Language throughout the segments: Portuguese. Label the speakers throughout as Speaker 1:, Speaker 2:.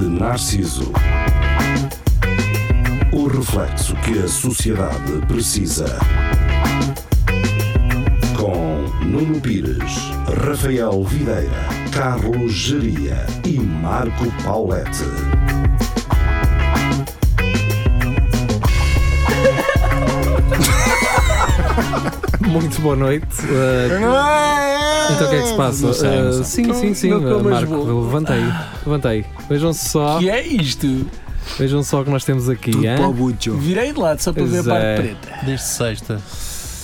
Speaker 1: Narciso. O reflexo que a sociedade precisa. Com Nuno Pires, Rafael Videira, Carlos Geria e Marco Paulette.
Speaker 2: Muito boa noite. Uh, então o que é que se passa?
Speaker 3: Não sei, Então, não
Speaker 2: Uh,
Speaker 3: sei.
Speaker 2: sim, sim, sim,
Speaker 4: não estou
Speaker 2: uh,
Speaker 4: mais
Speaker 2: Marco,
Speaker 4: boa.
Speaker 2: levantei. Levantei. Vejam só,
Speaker 4: Que é isto?
Speaker 2: vejam só o que nós temos aqui,
Speaker 3: Tudo
Speaker 2: hein?
Speaker 3: para o bucho.
Speaker 4: Virei de lado só para ver a
Speaker 2: Zé.
Speaker 4: parte preta.
Speaker 5: Desde sexta.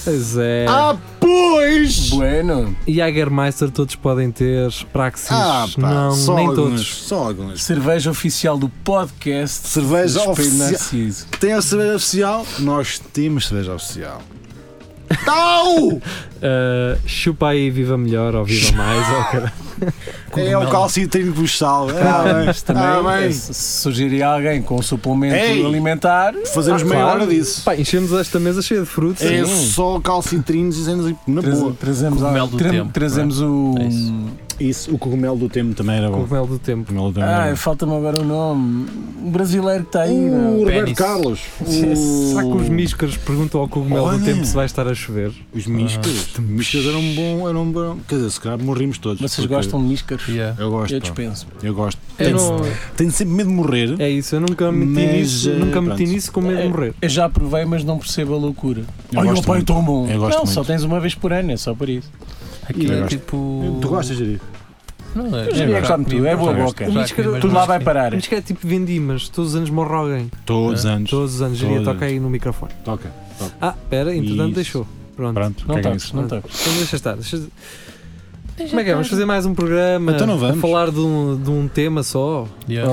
Speaker 2: Pois é.
Speaker 3: Ah, pois!
Speaker 4: Bueno,
Speaker 2: Jagermeister todos podem ter, Praxis,
Speaker 3: Ah, pá,
Speaker 2: não,
Speaker 3: só
Speaker 2: nem
Speaker 3: algumas,
Speaker 2: todos.
Speaker 3: Só alguns.
Speaker 4: cerveja oficial do podcast.
Speaker 3: Cerveja
Speaker 4: Espelho
Speaker 3: oficial.
Speaker 4: Narciso.
Speaker 3: Tem a cerveja oficial? Nós temos cerveja oficial. Tau!
Speaker 2: Uh, chupa aí, viva melhor ou viva mais. ou cara-
Speaker 3: É o calcitrino que vos salva. Ah, bem.
Speaker 4: Mas também
Speaker 3: Ah, bem.
Speaker 4: eh, se sugerir a alguém com um suplemento
Speaker 3: Ei!
Speaker 4: alimentar.
Speaker 3: Fazemos
Speaker 2: Ah,
Speaker 3: meia
Speaker 2: claro.
Speaker 3: hora disso.
Speaker 2: Pá, enchemos esta mesa cheia de frutos.
Speaker 3: É
Speaker 2: Sim.
Speaker 3: só calcitrinos e cenas assim, na boa.
Speaker 4: Traz, trazemos
Speaker 5: Cogumelo do
Speaker 4: tra-
Speaker 5: tempo,
Speaker 4: trazemos um- o.
Speaker 5: É isso.
Speaker 3: Isso, o cogumelo do tempo também era bom.
Speaker 2: Cogumelo do tempo.
Speaker 3: Cogumelo do tempo
Speaker 4: Ah,
Speaker 3: era bom.
Speaker 4: falta-me agora o nome. Um brasileiro que está aí.
Speaker 3: O
Speaker 4: não?
Speaker 3: Uh,
Speaker 4: é?
Speaker 3: Roberto
Speaker 5: pênis.
Speaker 3: Carlos.
Speaker 2: Será que os
Speaker 3: O-
Speaker 2: míscaros perguntam ao cogumelo
Speaker 3: Olha.
Speaker 2: do tempo se vai estar a chover?
Speaker 3: Os miscas. miscas eram bom, eram bom. Quer dizer, se calhar morrimos todos.
Speaker 4: Vocês
Speaker 3: porque
Speaker 4: gostam de míscaros?
Speaker 5: Yeah.
Speaker 3: Eu gosto.
Speaker 4: Eu
Speaker 3: pá.
Speaker 4: dispenso.
Speaker 3: Eu gosto.
Speaker 2: Eu
Speaker 3: Tenho,
Speaker 2: não-
Speaker 3: tenho sempre medo de morrer.
Speaker 2: É isso, eu nunca meti
Speaker 3: Mas,
Speaker 2: nisso,
Speaker 3: eh,
Speaker 2: nunca meti
Speaker 3: pronto.
Speaker 2: nisso com medo de morrer.
Speaker 4: Eu já provei, mas não percebo a loucura.
Speaker 3: Eu
Speaker 4: Ai,
Speaker 3: gosto
Speaker 4: meu pai,
Speaker 3: muito.
Speaker 4: tão bom.
Speaker 3: Eu gosto
Speaker 4: não, só
Speaker 3: muito.
Speaker 4: tens uma vez por ano, é só por isso.
Speaker 5: Aquilo
Speaker 3: Eu
Speaker 5: é
Speaker 3: gosto.
Speaker 5: tipo.
Speaker 3: Tu gostas de
Speaker 5: Não é?
Speaker 4: diria
Speaker 5: já
Speaker 4: como
Speaker 5: comi,
Speaker 4: tu, é
Speaker 5: já
Speaker 4: boa
Speaker 5: comi,
Speaker 4: boca.
Speaker 5: já
Speaker 2: O
Speaker 5: comi,
Speaker 2: Míscaro-
Speaker 5: mas
Speaker 4: Tudo
Speaker 5: não
Speaker 4: lá vai
Speaker 5: comi.
Speaker 4: parar.
Speaker 2: Mas que é tipo vendimas, todos os anos morre alguém.
Speaker 3: Todos os anos.
Speaker 2: Todos os anos, diria,
Speaker 3: Todos os
Speaker 2: toca aí no microfone.
Speaker 3: Toca. Toca.
Speaker 2: Ah, pera, entretanto
Speaker 3: Isso.
Speaker 2: deixou. Pronto.
Speaker 3: Pronto. é
Speaker 4: Não tá.
Speaker 3: caga
Speaker 4: toques,
Speaker 3: nisso.
Speaker 4: não
Speaker 2: Pronto.
Speaker 4: toques.
Speaker 2: Então deixa estar. deixa- Como é que é? Vamos fazer mais um programa?
Speaker 3: Então não vamos.
Speaker 2: A falar de um, de um tema só.
Speaker 5: Yeah.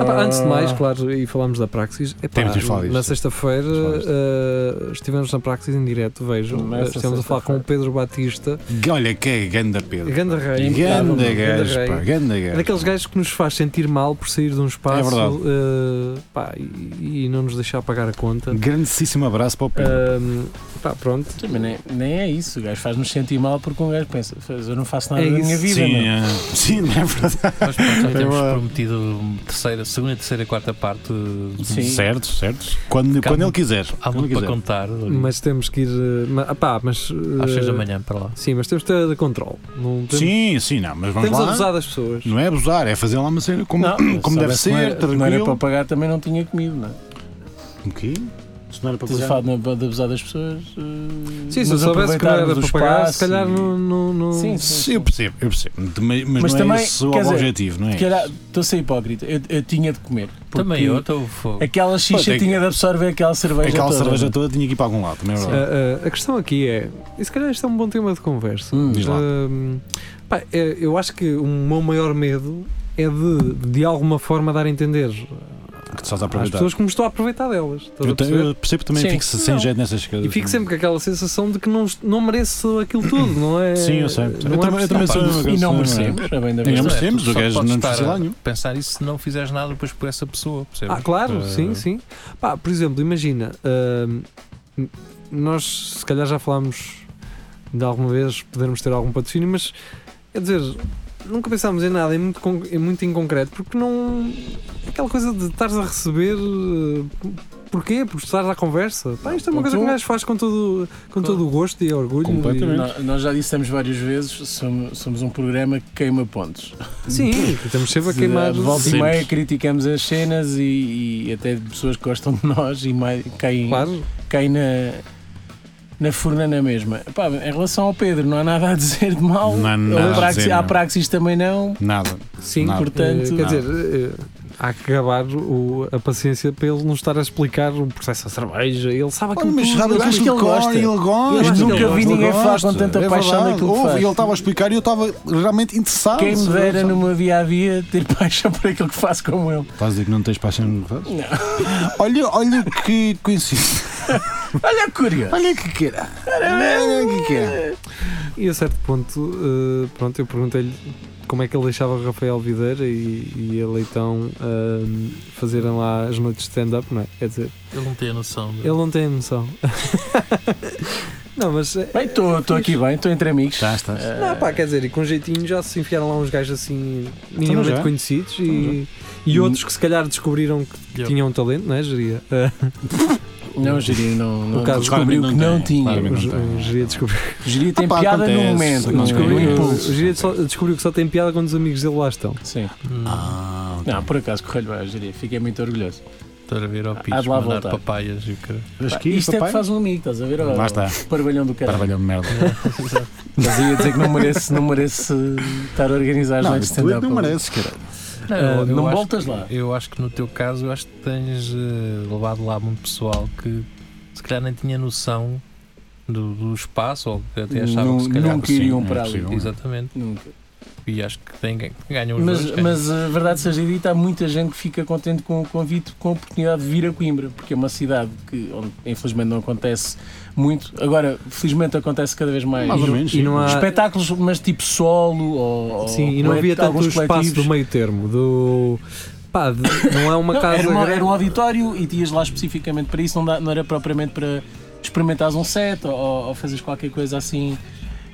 Speaker 2: Ah, pá, antes de mais, claro, e falámos da Praxis. Epá,
Speaker 3: Temos de falar disto.
Speaker 2: na sexta-feira
Speaker 3: Temos de
Speaker 2: ah, estivemos na Praxis em direto, vejam. Ah,
Speaker 4: Nessa
Speaker 2: estivemos a falar com o Pedro Batista,
Speaker 3: Olha que é ganda Pedro.
Speaker 2: ganda rei.
Speaker 3: Ganda
Speaker 2: Ganda
Speaker 3: gajo,
Speaker 2: rei.
Speaker 3: pá. Ganda gajo.
Speaker 2: É daqueles gajos que nos faz sentir mal por sair de um espaço
Speaker 3: É
Speaker 2: eh, pá, e, e não nos deixar pagar a conta.
Speaker 3: Grandíssimo abraço para o Pedro.
Speaker 2: Ahm, pá, pronto.
Speaker 4: Sim, mas nem, nem é isso, o gajo faz-nos sentir mal porque um gajo pensa, "Faz, eu não faço nada
Speaker 2: É
Speaker 4: da
Speaker 2: isso.
Speaker 4: minha vida.
Speaker 3: sim,
Speaker 4: meu."
Speaker 3: é. sim, não é verdade.
Speaker 5: Mas pronto, Ah, já
Speaker 3: É
Speaker 5: temos
Speaker 3: boa.
Speaker 5: prometido terceira, segunda, terceira, quarta parte.
Speaker 4: Sim.
Speaker 3: Certo, certo. Quando, quando ele quiser.
Speaker 5: Há
Speaker 4: é
Speaker 3: Quando
Speaker 5: muito para
Speaker 3: quiser.
Speaker 5: contar. olha,
Speaker 2: Mas temos que ir. eh, ma- ah, pá, mas.
Speaker 5: Às
Speaker 2: eh,
Speaker 5: seis da manhã para lá.
Speaker 2: Sim, mas temos que ter controle. Não temos,
Speaker 3: Sim, sim, não, mas vamos
Speaker 2: temos
Speaker 3: lá.
Speaker 2: abusar das pessoas.
Speaker 3: Não é abusar, é fazer lá uma cena como,
Speaker 4: Não,
Speaker 3: como
Speaker 4: se
Speaker 3: deve
Speaker 4: soubesse que
Speaker 3: ser,
Speaker 4: não era-
Speaker 3: tranquilo.
Speaker 4: Não era para pagar, também não tinha comido, não é?
Speaker 3: O quê? Se não era para
Speaker 4: Estás a
Speaker 3: pagar.
Speaker 4: falar de, de abusar das pessoas. eh,
Speaker 2: Sim, se eu
Speaker 4: nos
Speaker 2: soubesse que não era
Speaker 4: aproveitarmos do
Speaker 2: para pagar, se
Speaker 4: espaço
Speaker 2: calhar
Speaker 4: e-
Speaker 2: não. não, não-
Speaker 4: Sim,
Speaker 3: Sim, Eu percebo, eu percebo. De- Mas, mas
Speaker 4: Mas
Speaker 3: não
Speaker 4: também,
Speaker 3: é esse o
Speaker 4: quer dizer,
Speaker 3: objetivo, não é?
Speaker 4: Se calhar, estou a ser hipócrita, eu, eu tinha de comer. porque é
Speaker 5: Também é eu então, estou fogo.
Speaker 4: Aquela
Speaker 3: Pô,
Speaker 4: xixa
Speaker 3: tem-
Speaker 4: tinha de absorver aquela cerveja.
Speaker 3: Aquela
Speaker 4: toda,
Speaker 3: cerveja
Speaker 4: não é?
Speaker 3: toda tinha que ir para algum lado, também é verdade.
Speaker 2: Ah, ah, a questão aqui é. E se calhar este é um bom tema de conversa.
Speaker 4: Hum.
Speaker 3: Diz lá.
Speaker 2: Ahm, pá, é- eu acho que o meu maior medo é de, de alguma forma, dar a entender
Speaker 3: Que tu estás a
Speaker 2: às
Speaker 3: aproveitar.
Speaker 2: pessoas como estou a aproveitar delas. Estás a
Speaker 3: Eu, te-
Speaker 2: perceber?
Speaker 3: eu percebo também,
Speaker 4: Sim.
Speaker 3: fico sem
Speaker 2: Não.
Speaker 3: jeito nessas coisas.
Speaker 2: E fico sempre com aquela sensação de que não, est- não mereço aquilo tudo, não é?
Speaker 3: Sim, eu sei.
Speaker 2: Não
Speaker 3: Eu
Speaker 2: é
Speaker 3: também- eu também
Speaker 2: possível.
Speaker 3: sou-
Speaker 4: E, e não
Speaker 3: Sim,
Speaker 4: merecemos, a bem da
Speaker 3: E É, não
Speaker 4: verdade.
Speaker 3: merecemos,
Speaker 5: tu
Speaker 3: o
Speaker 5: só
Speaker 3: gajo
Speaker 5: podes
Speaker 3: não precisa
Speaker 5: estar a
Speaker 3: lá nenhum.
Speaker 5: Pensar isso se não fizeres nada depois por essa pessoa, percebes?
Speaker 2: Ah, claro,
Speaker 5: Ah,
Speaker 2: sim, sim. Pá, por exemplo, imagina, hum, nós se calhar já falámos de alguma vez podermos ter algum patrocínio, mas quer dizer, nunca pensámos em nada, é muito, con- é muito em concreto, porque não. Aquela coisa de estares a receber. uh, Porquê? Por estares à conversa. Pá, isto é uma
Speaker 4: Ou
Speaker 2: coisa que um
Speaker 4: tu-
Speaker 2: gajo faz com todo, com
Speaker 4: Claro.
Speaker 2: todo o gosto e orgulho.
Speaker 3: Completamente.
Speaker 4: Nó- Nós já dissemos várias vezes, somos, somos um programa que queima pontos.
Speaker 2: E, sim, estamos sempre a queimar.
Speaker 4: De volta e
Speaker 3: Sempre.
Speaker 4: meia criticamos as cenas e, e até de pessoas que gostam de nós e mai- caem,
Speaker 2: Claro,
Speaker 4: caem na, na furna na mesma. Pá, em relação ao Pedro, não há nada a dizer de mal.
Speaker 3: Não há
Speaker 4: A
Speaker 3: nada a
Speaker 4: praxis,
Speaker 3: dizer,
Speaker 4: à
Speaker 3: não.
Speaker 4: praxis também não.
Speaker 3: Nada.
Speaker 2: sim,
Speaker 3: Nada.
Speaker 4: Portanto-
Speaker 2: eh, quer
Speaker 3: Nada.
Speaker 2: dizer, eh, há que acabar o- a paciência para ele nos estar a explicar o processo da cerveja. Ele sabe aquilo
Speaker 3: mas
Speaker 2: tudo,
Speaker 3: sabe, eu
Speaker 2: ele
Speaker 3: acho
Speaker 2: sabe
Speaker 3: que ele
Speaker 2: aquilo
Speaker 3: gosta.
Speaker 2: tudo.
Speaker 3: Ele gosta.
Speaker 2: Eu nunca
Speaker 3: ele
Speaker 2: vi
Speaker 3: gosta,
Speaker 4: ninguém
Speaker 3: ele
Speaker 4: falar
Speaker 3: gosta.
Speaker 4: com tanta
Speaker 3: É
Speaker 4: paixão
Speaker 3: verdade.
Speaker 4: daquilo que
Speaker 3: Ouve,
Speaker 4: faz.
Speaker 3: Ele estava a explicar e eu estava realmente interessado.
Speaker 4: Quem me
Speaker 3: Sabe,
Speaker 4: dera
Speaker 3: sabe?
Speaker 4: no meu dia a dia ter paixão por aquilo que faço como ele.
Speaker 3: Estás a dizer que não tens paixão no que fazes? Olha, olha que coincidência.
Speaker 4: Olha a cúria!
Speaker 3: Olha que que era. Olha que que era.
Speaker 2: E a certo ponto, eh, pronto, eu perguntei-lhe como é que ele deixava o Rafael Videira e, e ele então ahm, fazerem lá as noites de stand-up, não é? Quer dizer,
Speaker 5: Ele não tem a noção. de-
Speaker 2: ele não tem noção. Não, mas. é-
Speaker 4: Bem, estou
Speaker 2: é
Speaker 4: estou
Speaker 2: fixe.
Speaker 4: aqui bem, estou entre amigos.
Speaker 3: Estás, estás.
Speaker 4: Eh,
Speaker 2: Não, pá, quer dizer, e com jeitinho já se enfiaram lá uns gajos assim
Speaker 3: já.
Speaker 2: minimamente conhecidos e, e outros que se calhar descobriram que
Speaker 5: Yep.
Speaker 2: tinham um talento, não é, Geria? Ah,
Speaker 4: Não, Girinho, não, não
Speaker 2: No caso,
Speaker 4: descobriu que
Speaker 3: claramente não
Speaker 4: não
Speaker 3: tem,
Speaker 4: tinha.
Speaker 3: claramente.
Speaker 4: O
Speaker 3: não
Speaker 2: o-
Speaker 3: tem.
Speaker 2: o Geria descobriu,
Speaker 4: Girinho tem
Speaker 3: Ah pá,
Speaker 4: piada no
Speaker 3: acontece,
Speaker 4: momento,
Speaker 3: não
Speaker 2: é?
Speaker 4: não,
Speaker 3: descobriu.
Speaker 4: no impulso.
Speaker 2: o Geria só- descobriu que só tem piada quando os amigos dele lá estão.
Speaker 4: Sim.
Speaker 5: hum,
Speaker 3: Ah, ok.
Speaker 4: Não, por acaso correu-lhe bem, Girinho. Fiquei muito orgulhoso.
Speaker 5: Estou a ver ao
Speaker 4: Ah, Há
Speaker 5: piso,
Speaker 4: de lá
Speaker 5: mandar
Speaker 4: voltar.
Speaker 5: papaias e o cara.
Speaker 3: Mas
Speaker 4: Pá,
Speaker 3: que
Speaker 4: isto é que
Speaker 3: papai?
Speaker 4: faz um amigo, estás a ver? ó,
Speaker 3: Lá está.
Speaker 4: o Parvalhão do caralho.
Speaker 3: Trabalhou de merda.
Speaker 4: Mas eu ia dizer que não merece, não merece estar a organizar as
Speaker 3: Não,
Speaker 4: noites de
Speaker 3: isso tu é que
Speaker 4: stand-up.
Speaker 3: não mereces, caralho.
Speaker 5: Não,
Speaker 4: Ah,
Speaker 5: eu
Speaker 4: não
Speaker 5: acho-
Speaker 4: voltas lá.
Speaker 5: Eu acho que no teu caso, eu acho que tens eh, levado lá muito pessoal que se calhar nem tinha noção do, do espaço ou que até achavam que se
Speaker 4: Nun-
Speaker 5: calhar.
Speaker 4: Nunca iriam
Speaker 3: Sim, é
Speaker 4: para
Speaker 3: possível.
Speaker 4: ali.
Speaker 5: Exatamente.
Speaker 4: Nunca.
Speaker 5: E acho que tem, ganham os
Speaker 4: Mas,
Speaker 5: dois. ganham.
Speaker 4: mas a verdade seja dita, há muita gente que fica contente com o convite, com a oportunidade de vir a Coimbra, porque é uma cidade que onde, infelizmente não acontece muito. Agora, felizmente acontece cada vez mais.
Speaker 3: Mais ou menos.
Speaker 2: e não
Speaker 3: sim.
Speaker 2: há-
Speaker 4: Espetáculos, mas tipo solo ou.
Speaker 2: Sim,
Speaker 4: ou
Speaker 2: e não
Speaker 4: colet-
Speaker 2: havia tanto
Speaker 4: alguns
Speaker 2: espaço do
Speaker 4: coletivos.
Speaker 2: meio termo. Do. Pá, de- não é uma
Speaker 4: Não,
Speaker 2: casa.
Speaker 4: era, uma-
Speaker 2: grande.
Speaker 4: era um auditório e tinhas lá especificamente para isso, não, dá- não era propriamente para experimentares um set ou, ou fazeres qualquer coisa assim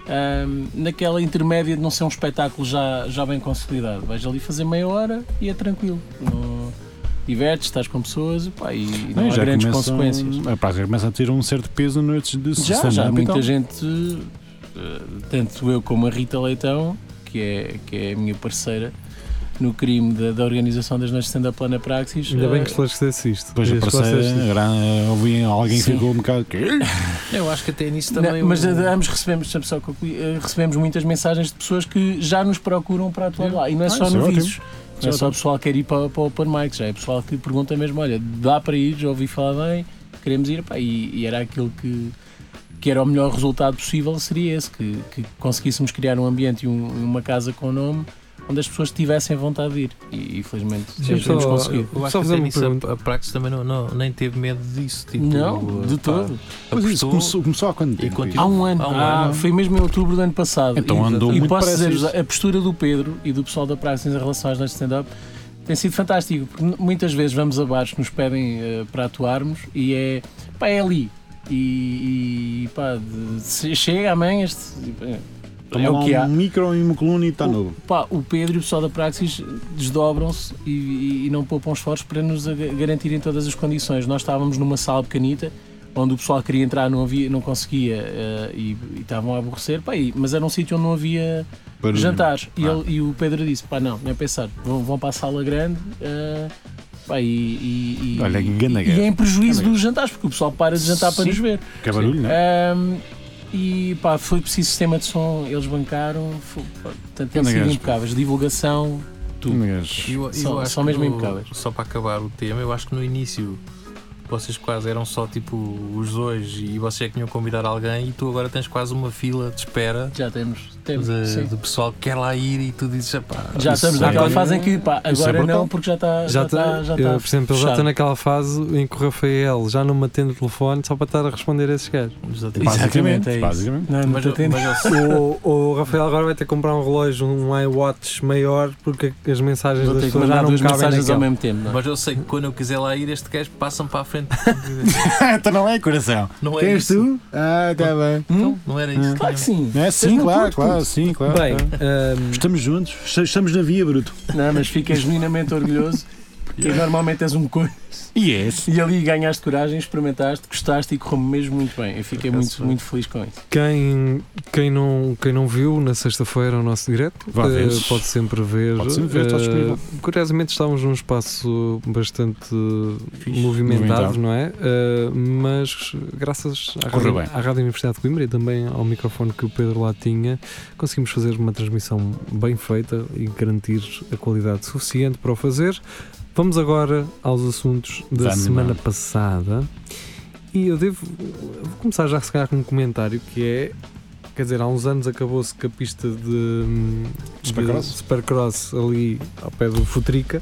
Speaker 4: ahm, naquela intermédia de não ser um espetáculo já, já bem consolidado. Vais ali fazer meia hora e é tranquilo. Não, divertes, estás com pessoas e, pá, e não, há
Speaker 3: Não, já
Speaker 4: grandes
Speaker 3: começam-
Speaker 4: consequências.
Speaker 3: É, pá, já começa a ter um certo peso noites de
Speaker 4: Já,
Speaker 3: stand-up então.
Speaker 4: já há
Speaker 3: e
Speaker 4: muita
Speaker 3: tal.
Speaker 4: gente, eh, tanto eu como a Rita Leitão, que é, que é a minha parceira no crime da, da organização das noites de stand-up lá na Praxis.
Speaker 2: Ainda bem
Speaker 4: eh,
Speaker 2: que esclareceste isto.
Speaker 3: Depois
Speaker 2: Eh, esclareceste
Speaker 3: apareceram,
Speaker 2: isto.
Speaker 3: agora ouvi alguém que
Speaker 4: Sim.
Speaker 3: ficou um bocado. "Quê?"
Speaker 5: Eu acho que até nisso
Speaker 4: Não,
Speaker 5: também. o-
Speaker 4: mas eh, ambos recebemos, sabe só, concluir, eh, recebemos muitas mensagens de pessoas que já nos procuram para atuar lá. E não é
Speaker 3: Ah,
Speaker 4: só
Speaker 3: isso é
Speaker 4: noviços. Não é
Speaker 3: Isso é
Speaker 4: só o pessoal que quer ir para, para o Open Mic, já é pessoal que pergunta mesmo: olha, dá para ir, já ouvi falar bem, queremos ir. pá, e, e era aquilo que, que era o melhor resultado possível: seria esse, que, que conseguíssemos criar um ambiente e um- uma casa com nome onde as pessoas tivessem vontade de ir. E, e, felizmente
Speaker 5: Sim,
Speaker 4: temos
Speaker 2: só-
Speaker 5: eu-
Speaker 4: conseguido.
Speaker 5: Eu acho
Speaker 2: Só
Speaker 5: que
Speaker 2: fazer
Speaker 5: até
Speaker 2: uma
Speaker 5: nisso
Speaker 2: pergunta.
Speaker 5: a, a Praxis também não, não- nem teve medo disso. Tipo,
Speaker 4: não, de
Speaker 5: pá,
Speaker 4: todo. é,
Speaker 3: Mas é, isso
Speaker 5: apostou-
Speaker 3: começou, começou há quanto
Speaker 5: E
Speaker 3: tempo?
Speaker 5: continua.
Speaker 4: Há um ano.
Speaker 5: Há um
Speaker 4: Ah,
Speaker 5: ano.
Speaker 4: Foi mesmo em outubro do ano passado.
Speaker 3: Então
Speaker 4: E-
Speaker 3: andou
Speaker 4: E
Speaker 3: muito
Speaker 4: posso
Speaker 3: para
Speaker 4: dizer-vos,
Speaker 3: essas-
Speaker 4: a postura do Pedro e do pessoal da Praxis em relação às noites de stand-up tem sido fantástico, porque n- muitas vezes vamos a bares que nos pedem eh, para atuarmos e é, pá, é ali. E, e pá, de- se- chega amanhã este.
Speaker 3: Toma
Speaker 4: é o
Speaker 3: lá
Speaker 4: que há.
Speaker 3: Um micro e uma coluna e está novo.
Speaker 4: Pá, o Pedro e o pessoal da Praxis desdobram-se e, e- e não poupam esforços para nos a- garantirem todas as condições. Nós estávamos numa sala pequenita onde o pessoal queria entrar, não, havia, não conseguia eh, e e estavam a aborrecer, pá, e- mas era um sítio onde não havia
Speaker 3: Para-
Speaker 4: jantares. E,
Speaker 3: Ah.
Speaker 4: ele- e o Pedro disse: pá, não, nem pensar, vão, vão para a sala grande. eh, pá, e, e- e-
Speaker 3: Olha, que grande
Speaker 4: e
Speaker 3: gajo.
Speaker 4: é em prejuízo
Speaker 3: Grande
Speaker 4: dos jantares, porque o pessoal para de jantar para
Speaker 3: Sim.
Speaker 4: nos ver.
Speaker 3: Que é barulho, não é?
Speaker 4: Ahm, e pá, foi preciso sistema de som, eles bancaram, foi, pá, portanto, têm
Speaker 3: Grande
Speaker 4: sido
Speaker 3: gajo.
Speaker 4: impecáveis. Divulgação, tudo.
Speaker 3: Um gajo.
Speaker 5: Eu- eu
Speaker 4: São-
Speaker 5: acho
Speaker 4: são
Speaker 5: que
Speaker 4: mesmo
Speaker 5: no-
Speaker 4: impecáveis.
Speaker 5: Só para acabar o tema, eu acho que no início vocês quase eram só tipo os dois e vocês é que tinham que convidar alguém e tu agora tens quase uma fila de espera
Speaker 4: Já temos, temos
Speaker 5: de,
Speaker 4: sim.
Speaker 5: de pessoal que quer lá ir e tu dizes, "Epá,
Speaker 4: Já
Speaker 3: Isso
Speaker 4: estamos
Speaker 3: é-
Speaker 4: naquela fase em que pá,
Speaker 3: isso é
Speaker 4: agora
Speaker 3: brutal.
Speaker 4: não, porque já está.
Speaker 2: Já
Speaker 4: Já
Speaker 2: tá,
Speaker 4: está. Já
Speaker 2: eu,
Speaker 4: está.
Speaker 2: por exemplo, ele já está
Speaker 4: fechado.
Speaker 2: naquela fase em que o Rafael já não me atende o telefone só para estar a responder a esses gajos.
Speaker 5: exatamente."
Speaker 4: Basicamente é isso.
Speaker 3: Basicamente.
Speaker 4: Não, não
Speaker 5: Mas,
Speaker 4: te atendo.
Speaker 5: mas eu-
Speaker 2: o, o Rafael agora vai ter que comprar um relógio, um iWatch maior, porque as mensagens
Speaker 4: Vou
Speaker 2: das
Speaker 4: ter que
Speaker 2: pessoas já
Speaker 4: mandar
Speaker 2: não
Speaker 4: duas
Speaker 2: me cabem
Speaker 4: mensagens ao
Speaker 2: naquela.
Speaker 4: mesmo tempo. não é?
Speaker 5: mas eu sei que quando eu quiser lá ir, este gajo passa-me para a frente.
Speaker 3: então não é coração.
Speaker 5: Não era
Speaker 3: Quem és
Speaker 5: isso.
Speaker 3: tu? Ah, está bem.
Speaker 4: Hum?
Speaker 5: Não era isso.
Speaker 4: Claro que sim.
Speaker 3: É,
Speaker 4: Estás
Speaker 3: sim,
Speaker 4: no
Speaker 3: claro,
Speaker 4: Porto,
Speaker 3: claro,
Speaker 4: puto.
Speaker 3: sim, claro.
Speaker 2: Bem,
Speaker 3: claro.
Speaker 2: ahm,
Speaker 3: Estamos juntos, estamos na via, bruto.
Speaker 4: Não, mas fiquei genuinamente orgulhoso. Porque normalmente és um coisa
Speaker 3: E é esse.
Speaker 4: e ali ganhaste coragem, experimentaste, gostaste e correu-me mesmo muito bem. Eu fiquei muito, muito feliz com isso.
Speaker 2: quem, quem, não, quem não viu na sexta-feira o nosso direto,
Speaker 3: Vá ver.
Speaker 2: eh, pode sempre ver.
Speaker 3: Pode sempre ver, está
Speaker 2: Eh,
Speaker 3: disponível.
Speaker 2: Curiosamente estávamos num espaço bastante
Speaker 5: Fixe.
Speaker 2: movimentado,
Speaker 3: Movimentado.
Speaker 2: não é? Eh, mas graças à
Speaker 3: Correu
Speaker 2: rádio,
Speaker 3: bem.
Speaker 2: à Rádio Universidade de Coimbra e também ao microfone que o Pedro lá tinha, conseguimos fazer uma transmissão bem feita e garantir a qualidade suficiente para o fazer. Vamos agora aos assuntos da
Speaker 3: Vamos,
Speaker 2: semana
Speaker 3: mano.
Speaker 2: passada. E eu devo eu vou começar já, se calhar, com um comentário que é. Quer dizer, há uns anos acabou-se com a pista de, hum, de
Speaker 3: Supercross?
Speaker 2: Supercross ali ao pé do Futrica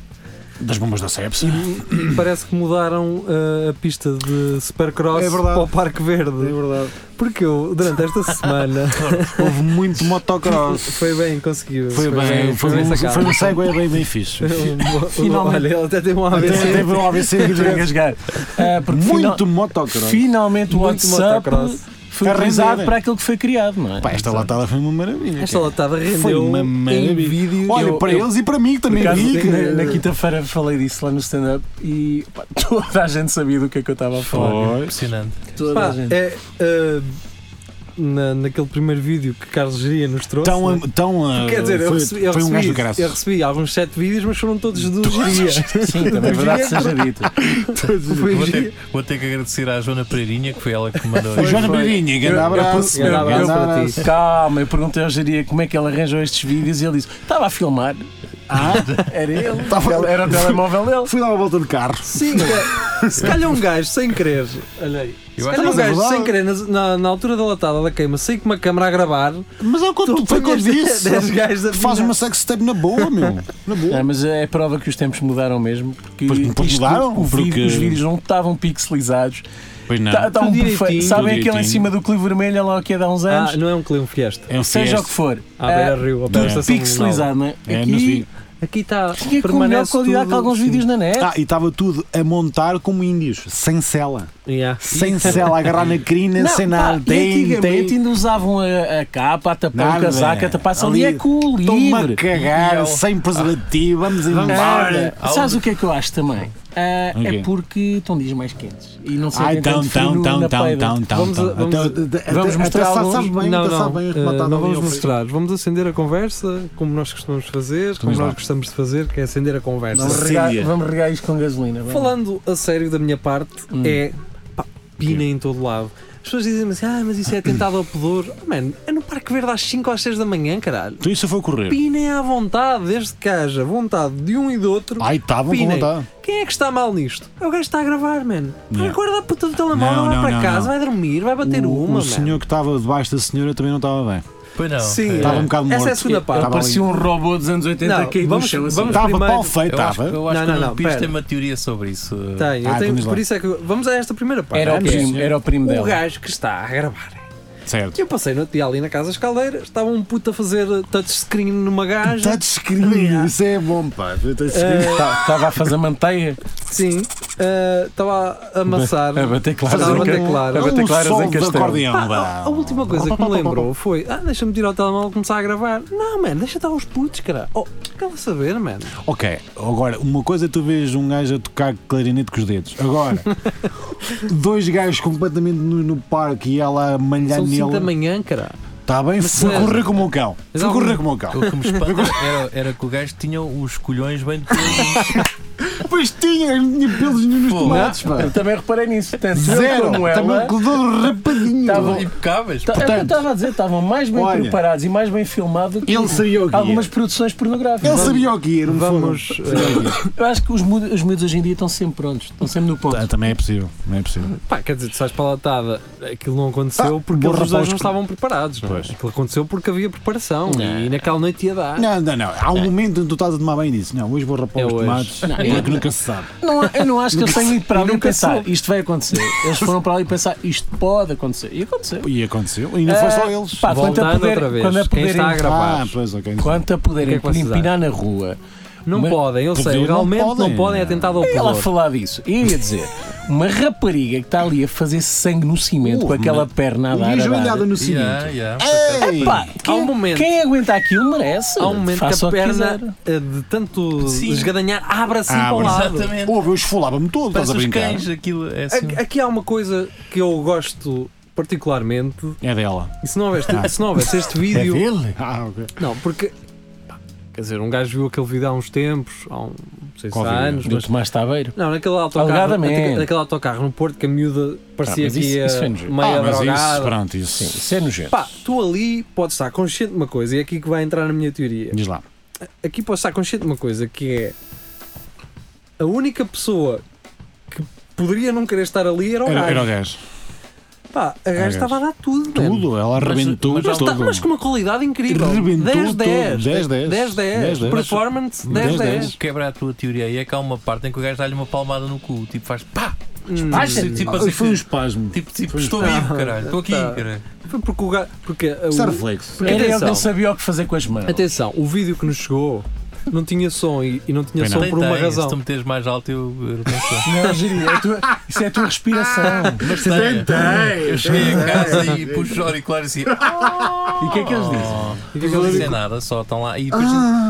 Speaker 3: Das bombas da Sepsa.
Speaker 2: e parece que mudaram ah, a pista de Supercross
Speaker 3: É verdade.
Speaker 2: para o Parque Verde.
Speaker 3: verdade.
Speaker 2: Porque eu, durante esta semana,
Speaker 3: Houve muito motocross.
Speaker 2: foi bem conseguido.
Speaker 3: Foi bem, foi um,
Speaker 2: sacado.
Speaker 3: foi um segue bem, bem fixe.
Speaker 2: Um- um-
Speaker 4: Finalmente.
Speaker 2: Olha, ele até tem um
Speaker 3: Até
Speaker 2: AVC.
Speaker 3: teve um AVC aqui de
Speaker 4: engasgar. Ah, porque
Speaker 3: Muito motocross.
Speaker 4: Final, finalmente o
Speaker 2: Muito
Speaker 4: WhatsApp
Speaker 2: motocross.
Speaker 4: foi
Speaker 3: Está a
Speaker 4: utilizado
Speaker 3: render.
Speaker 4: para aquilo que foi criado, não é?
Speaker 3: Pá, esta latada foi uma maravilha.
Speaker 2: Esta
Speaker 3: cara.
Speaker 2: latada
Speaker 3: foi
Speaker 2: rendeu
Speaker 3: uma
Speaker 2: em
Speaker 3: maravilha.
Speaker 2: vídeo.
Speaker 3: Olha,
Speaker 4: eu-
Speaker 3: para
Speaker 4: eu-
Speaker 3: eles e para mim que
Speaker 4: Por
Speaker 3: também
Speaker 4: acaso,
Speaker 3: vi. que-
Speaker 4: na, na quinta-feira falei disso lá no stand-up e pá, toda a gente sabia do que é que eu estava a falar.
Speaker 3: Foi.
Speaker 5: Impressionante.
Speaker 4: Toda
Speaker 2: Pá,
Speaker 4: a gente.
Speaker 2: é, ah, na, naquele primeiro vídeo que Carlos Geria nos trouxe. né?
Speaker 3: Tão, a- tão a-
Speaker 2: Quer dizer, eu
Speaker 3: foi,
Speaker 2: recebi, eu
Speaker 3: foi um gajo do
Speaker 2: recebi,
Speaker 3: graças.
Speaker 2: eu recebi alguns sete vídeos, mas foram todos do Geria.
Speaker 4: Sim, também é verdade seja dito.
Speaker 2: Foi
Speaker 5: Vou
Speaker 2: giro.
Speaker 5: ter, vou ter que agradecer à Joana Pereirinha, que foi ela que me mandou.
Speaker 3: A Joana
Speaker 4: foi.
Speaker 3: Beirinha, grande
Speaker 4: Eu- eu
Speaker 3: abraço.
Speaker 4: percebi-
Speaker 3: grande
Speaker 2: eu- eu-
Speaker 3: um abraço.
Speaker 4: Calma, eu perguntei ao Jaria como é que ele arranjou estes vídeos e ele disse: estava a filmar.
Speaker 3: Ah,
Speaker 4: Era ele.
Speaker 3: Tava-
Speaker 4: Era o telemóvel dele.
Speaker 3: fui dar uma volta de carro.
Speaker 2: Sim, cara. se calhar um gajo sem querer.
Speaker 4: Olha aí.
Speaker 5: Eu
Speaker 2: se
Speaker 5: acho
Speaker 2: calhar um
Speaker 3: mas é
Speaker 2: gajo
Speaker 3: verdade.
Speaker 2: sem querer, na, na- na altura da latada da queima, saí com uma câmara a gravar.
Speaker 3: Mas é o que eu- foi o que eu
Speaker 2: apanhas
Speaker 3: disse.
Speaker 2: 10 gajos a
Speaker 3: Faz
Speaker 2: pinar.
Speaker 3: uma sextape na boa, meu. Na boa.
Speaker 4: É, mas é prova que os tempos mudaram mesmo. Porque
Speaker 3: Pois,
Speaker 4: isto-
Speaker 3: pois mudaram,
Speaker 4: o vídeo-
Speaker 3: porque-
Speaker 4: os vídeos não estavam pixelizados.
Speaker 3: Pois não.
Speaker 4: Tá- Estavam
Speaker 2: Tudo
Speaker 4: perfeitos.
Speaker 2: direitinho,
Speaker 4: Sabem
Speaker 3: tudo
Speaker 4: aquele em
Speaker 3: direitinho.
Speaker 4: cima do clive vermelho lá que é de há uns anos?
Speaker 2: Ah, não é um clima fiesta.
Speaker 3: É um
Speaker 4: Seja o que
Speaker 3: fiesta.
Speaker 4: for.
Speaker 2: À
Speaker 4: Ah,
Speaker 2: beira rio, à beira da
Speaker 4: tudo
Speaker 2: estação
Speaker 4: pixelizado, não é?
Speaker 3: É, mas
Speaker 4: Aqui
Speaker 3: vi.
Speaker 2: Aqui está. assim.
Speaker 4: tinha com é melhor qualidade que alguns vídeos na net.
Speaker 3: Ah, e estava tudo a montar como índios, sem cela.
Speaker 2: Yeah.
Speaker 3: Sem cela, a agarrar na crina, sem
Speaker 4: pá,
Speaker 3: nada.
Speaker 4: e
Speaker 3: Tem,
Speaker 4: antigamente
Speaker 3: tem.
Speaker 4: ainda usavam a, a capa, a tapar
Speaker 3: Nada.
Speaker 4: o casaco, a tapar ali,
Speaker 3: Ali
Speaker 4: é cool,
Speaker 3: Estou-me
Speaker 4: livre.
Speaker 3: a cagar,
Speaker 5: E eu-
Speaker 3: sem preservativo, vamos embora.
Speaker 4: Nada. Sabes o que é que eu acho também? Ah,
Speaker 3: O quê?
Speaker 4: É porque estão dias mais quentes e não é
Speaker 3: Ai,
Speaker 4: sentem
Speaker 3: então,
Speaker 4: tanto frio
Speaker 3: então,
Speaker 4: no-
Speaker 3: então,
Speaker 4: na
Speaker 3: então,
Speaker 4: peida.
Speaker 3: então,
Speaker 2: Vamos a- vamos a-
Speaker 4: vamos mostrar alguns-
Speaker 3: Sabe bem,
Speaker 2: não,
Speaker 3: até
Speaker 2: não,
Speaker 3: sabe bem, é
Speaker 2: eh,
Speaker 3: rematado
Speaker 2: não
Speaker 3: ali
Speaker 2: vamos
Speaker 3: ao frio.
Speaker 2: mostrar. Vamos acender a conversa, como nós costumamos fazer, como
Speaker 3: Vamos lá.
Speaker 2: nós gostamos de fazer, que é acender a conversa.
Speaker 4: Vamos
Speaker 3: Sicília.
Speaker 4: regar, vamos regar isto com gasolina. vamos.
Speaker 2: Uhum. Falando a sério da minha parte,
Speaker 4: Hum.
Speaker 2: é pá, pina em todo lado. As pessoas dizem-me assim, ah, mas isso é atentado ao pudor. Oh, man, é no Parque Verde às 5 ou às 6 da manhã, caralho.
Speaker 3: Então isso foi correr.
Speaker 2: Pinem à vontade, desde que haja vontade de um e do outro.
Speaker 3: Ai, estavam com
Speaker 2: Pinem.
Speaker 3: vontade.
Speaker 2: Quem é que está mal nisto? É o gajo que está a gravar, man. Vai
Speaker 3: Não.
Speaker 2: guardar a puta do telemóvel,
Speaker 3: Não,
Speaker 2: vai
Speaker 3: não,
Speaker 2: para
Speaker 3: não,
Speaker 2: casa,
Speaker 3: não.
Speaker 2: vai dormir, vai bater
Speaker 3: o,
Speaker 2: uma,
Speaker 3: o
Speaker 2: man.
Speaker 3: senhor que estava debaixo da senhora também não estava bem.
Speaker 5: Pois não.
Speaker 2: Sim,
Speaker 5: É.
Speaker 3: Estava um bocado morto.
Speaker 2: Essa é a segunda parte.
Speaker 3: Estava
Speaker 4: Parecia um robô dos anos 80
Speaker 2: Não,
Speaker 4: caído
Speaker 2: vamos-
Speaker 4: no chão assim.
Speaker 2: vamos-
Speaker 3: Estava
Speaker 2: Primeiro-
Speaker 3: pau feio,
Speaker 5: Eu acho,
Speaker 3: estava.
Speaker 5: que- eu
Speaker 2: Não,
Speaker 5: acho que
Speaker 2: não,
Speaker 5: o
Speaker 2: não, Tá.
Speaker 5: Nuno Pires
Speaker 2: pera.
Speaker 5: tem uma teoria sobre isso.
Speaker 2: Tenho, eu
Speaker 3: Ah,
Speaker 2: tenho,
Speaker 3: vamos lá.
Speaker 2: por isso é que. Vamos a esta primeira parte.
Speaker 4: Era o
Speaker 2: que é
Speaker 4: primo, era o primo
Speaker 2: o
Speaker 4: dela.
Speaker 2: gajo que está a gravar.
Speaker 3: Certo.
Speaker 2: Eu passei no outro dia ali na Casa das Caldeiras, estava um puto a fazer touchscreen numa gaja.
Speaker 3: Touchscreen, isso é bom, pá. Touchscreen.
Speaker 4: Estava Tá, a fazer manteiga,
Speaker 2: Sim, eh, estava a amassar.
Speaker 4: a É bater claras
Speaker 2: Estava a
Speaker 4: em
Speaker 2: bater
Speaker 4: ca-
Speaker 2: claras.
Speaker 4: a bater
Speaker 3: Um
Speaker 4: claras
Speaker 3: sol
Speaker 4: em
Speaker 3: de
Speaker 4: castelo.
Speaker 3: acordeão,
Speaker 2: Pá,
Speaker 3: vá.
Speaker 2: a, a última coisa que me lembrou foi: ah, deixa-me tirar o telemóvel e começar a gravar. Não, mano, deixa estar os putos, cara. Oh, quero saber, mano.
Speaker 3: Ok, agora, uma coisa é tu vês um gajo a tocar clarinete com os dedos. Agora, dois gajos completamente nus no parque e ela a malhar
Speaker 2: São 5 da
Speaker 3: nele.
Speaker 2: manhã, cara.
Speaker 3: Está bem?
Speaker 2: Mas
Speaker 3: Foi
Speaker 2: sério.
Speaker 3: correr como um cão.
Speaker 2: Mas
Speaker 3: Foi
Speaker 2: algum-
Speaker 3: correr como um cão.
Speaker 5: O que me espanta era, era que o gajo tinha os colhões bem todos.
Speaker 3: Pois tinha, não tinha pelos nenhum nos
Speaker 5: Pô,
Speaker 3: tomates, pá.
Speaker 4: Eu também reparei nisso. Tanto eu
Speaker 3: Zero.
Speaker 4: como
Speaker 3: Também
Speaker 4: ela.
Speaker 3: com o dedo rapadinho.
Speaker 4: Tava-
Speaker 5: impecáveis.
Speaker 4: Ta- é o que eu
Speaker 3: Portanto,
Speaker 4: estava a dizer, estavam mais bem
Speaker 3: olha,
Speaker 4: preparados e mais bem filmados que
Speaker 3: Ele sabia o que
Speaker 4: algumas
Speaker 3: era.
Speaker 4: produções pornográficas.
Speaker 3: Ele sabia o que era. no fundo.
Speaker 2: Vamos. eh,
Speaker 4: Eu acho que os miúdos, os miúdos hoje em dia estão sempre prontos, estão sempre no ponto.
Speaker 3: Ah, Também é possível, não é possível.
Speaker 2: pá, quer dizer, tu sais para a latada, aquilo não aconteceu
Speaker 3: Ah,
Speaker 2: porque
Speaker 3: vou
Speaker 2: eles os
Speaker 3: rapar
Speaker 2: dois
Speaker 3: os
Speaker 2: não
Speaker 3: cl-
Speaker 2: estavam preparados. Não é?
Speaker 3: Pois.
Speaker 2: Aquilo aconteceu porque havia preparação e naquela noite ia dar.
Speaker 3: Não, não, não. Há um momento em que tu estás a tomar bem disso. Não, hoje vou rapar
Speaker 2: É
Speaker 3: os
Speaker 2: hoje.
Speaker 3: tomates.
Speaker 4: Não,
Speaker 3: porque
Speaker 4: é-
Speaker 3: nunca se sabe.
Speaker 4: Não há- eu não acho que eles tenham ido para ali e
Speaker 2: nunca
Speaker 4: pensar
Speaker 2: soube.
Speaker 4: isto vai acontecer. Eles foram para ali pensar isto pode acontecer. E aconteceu.
Speaker 3: E aconteceu. E não foi só
Speaker 4: Ah,
Speaker 3: eles.
Speaker 4: pá, quanto a
Speaker 2: Voltando
Speaker 4: poder-
Speaker 2: outra vez,
Speaker 4: quando a
Speaker 2: quem
Speaker 4: poderem-
Speaker 2: está a gravar?
Speaker 3: Ah, pois, ok.
Speaker 4: Quanto a
Speaker 2: O que é
Speaker 4: poderem
Speaker 2: que vocês
Speaker 4: empinar na rua,
Speaker 2: Não
Speaker 4: Mas-
Speaker 2: podem, eu sei,
Speaker 3: Poder não
Speaker 2: legalmente não podem,
Speaker 3: podem.
Speaker 2: é atentado ao
Speaker 4: ela a
Speaker 2: pudor.
Speaker 4: falar disso. Eu ia dizer, uma rapariga que está ali a fazer sangue no cimento
Speaker 3: Uh,
Speaker 4: com aquela
Speaker 3: mano.
Speaker 4: perna a dar.
Speaker 3: E
Speaker 4: a um dar.
Speaker 3: ajoelhada no
Speaker 5: Yeah,
Speaker 3: cimento.
Speaker 5: yeah.
Speaker 3: Ei!
Speaker 4: Pá, quem, é-
Speaker 2: momento.
Speaker 4: quem aguenta aquilo merece.
Speaker 2: Há um momento que
Speaker 4: Faça
Speaker 2: a
Speaker 4: o
Speaker 2: perna,
Speaker 4: quiser.
Speaker 2: eh, de tanto
Speaker 5: Sim.
Speaker 2: esgadanhar, abre assim para o
Speaker 3: Abre.
Speaker 2: lado.
Speaker 5: Exatamente.
Speaker 3: Ah, Ouve, eu esfolava-me todo, estás
Speaker 5: Parece
Speaker 3: a
Speaker 5: os
Speaker 3: brincar.
Speaker 5: cães, aquilo é assim.
Speaker 2: A- Aqui há uma coisa que eu gosto particularmente,
Speaker 3: É dela.
Speaker 2: e se não houvesse,
Speaker 3: Ah.
Speaker 2: se não houvesse este
Speaker 3: É
Speaker 2: vídeo.
Speaker 3: dele? Ah, ok.
Speaker 2: não, porque. pá, Quer dizer, um gajo viu aquele vídeo há uns tempos, há um, não sei se
Speaker 3: Qual
Speaker 2: há
Speaker 3: vídeo?
Speaker 2: anos,
Speaker 4: Do
Speaker 2: mas.
Speaker 4: Tomás Tabeiro.
Speaker 2: Não, naquele autocarro,
Speaker 4: Alegadamente.
Speaker 2: naquele, naquele autocarro no Porto que a miúda parecia
Speaker 4: mas
Speaker 2: que
Speaker 4: isso-
Speaker 2: ia
Speaker 4: isso foi nojento.
Speaker 2: meia
Speaker 3: Ah, mas isso,
Speaker 2: drogada.
Speaker 3: pronto, isso.
Speaker 4: Isso é nojento.
Speaker 2: Pá, tu ali podes estar consciente de uma coisa, e é aqui que vai entrar na minha teoria.
Speaker 3: Diz lá.
Speaker 2: aqui posso estar consciente de uma coisa que é a única pessoa que poderia não querer estar ali era o
Speaker 3: Era,
Speaker 2: gajo.
Speaker 3: era o gajo.
Speaker 2: Pá, a gajo
Speaker 3: gajo.
Speaker 2: estava a dar tudo, mano.
Speaker 3: Tudo, ela arrebentou
Speaker 5: mas
Speaker 2: Mas, tá-
Speaker 3: todo.
Speaker 2: mas com uma qualidade incrível.
Speaker 3: Rebentou
Speaker 2: 10 10
Speaker 3: tudo. 10, 10.
Speaker 2: 10 10
Speaker 3: 10.
Speaker 2: performance 10 10.
Speaker 5: O que um Quebra a tua teoria aí é que há uma parte em que o gajo dá-lhe uma palmada no cu, tipo faz pá,
Speaker 2: Hum,
Speaker 5: Baixa-te,
Speaker 4: Ah,
Speaker 5: tipo, assim,
Speaker 3: foi um espasmo.
Speaker 5: tipo, tipo estou vivo, caralho, estou aqui,
Speaker 2: Tá.
Speaker 5: caralho.
Speaker 2: Foi porque o gajo, porque uh, o-
Speaker 3: Starflex.
Speaker 4: Era ele é que
Speaker 2: atenção.
Speaker 4: não sabia o que fazer com as mãos.
Speaker 2: atenção, o vídeo que nos chegou não tinha som e, e não tinha
Speaker 3: Pois
Speaker 2: som
Speaker 3: não.
Speaker 5: Tem,
Speaker 2: por uma
Speaker 5: tem,
Speaker 2: razão.
Speaker 5: Se tu meteres mais alto, eu, eu tenho som.
Speaker 4: Não, Giri, é a tua- isso é a tua respiração.
Speaker 5: Mas tem, Eu cheguei a casa e puxo os auriculares assim.
Speaker 4: E o que é que eles dizem?
Speaker 5: Oh, eles não dizem nada, só estão lá. E depois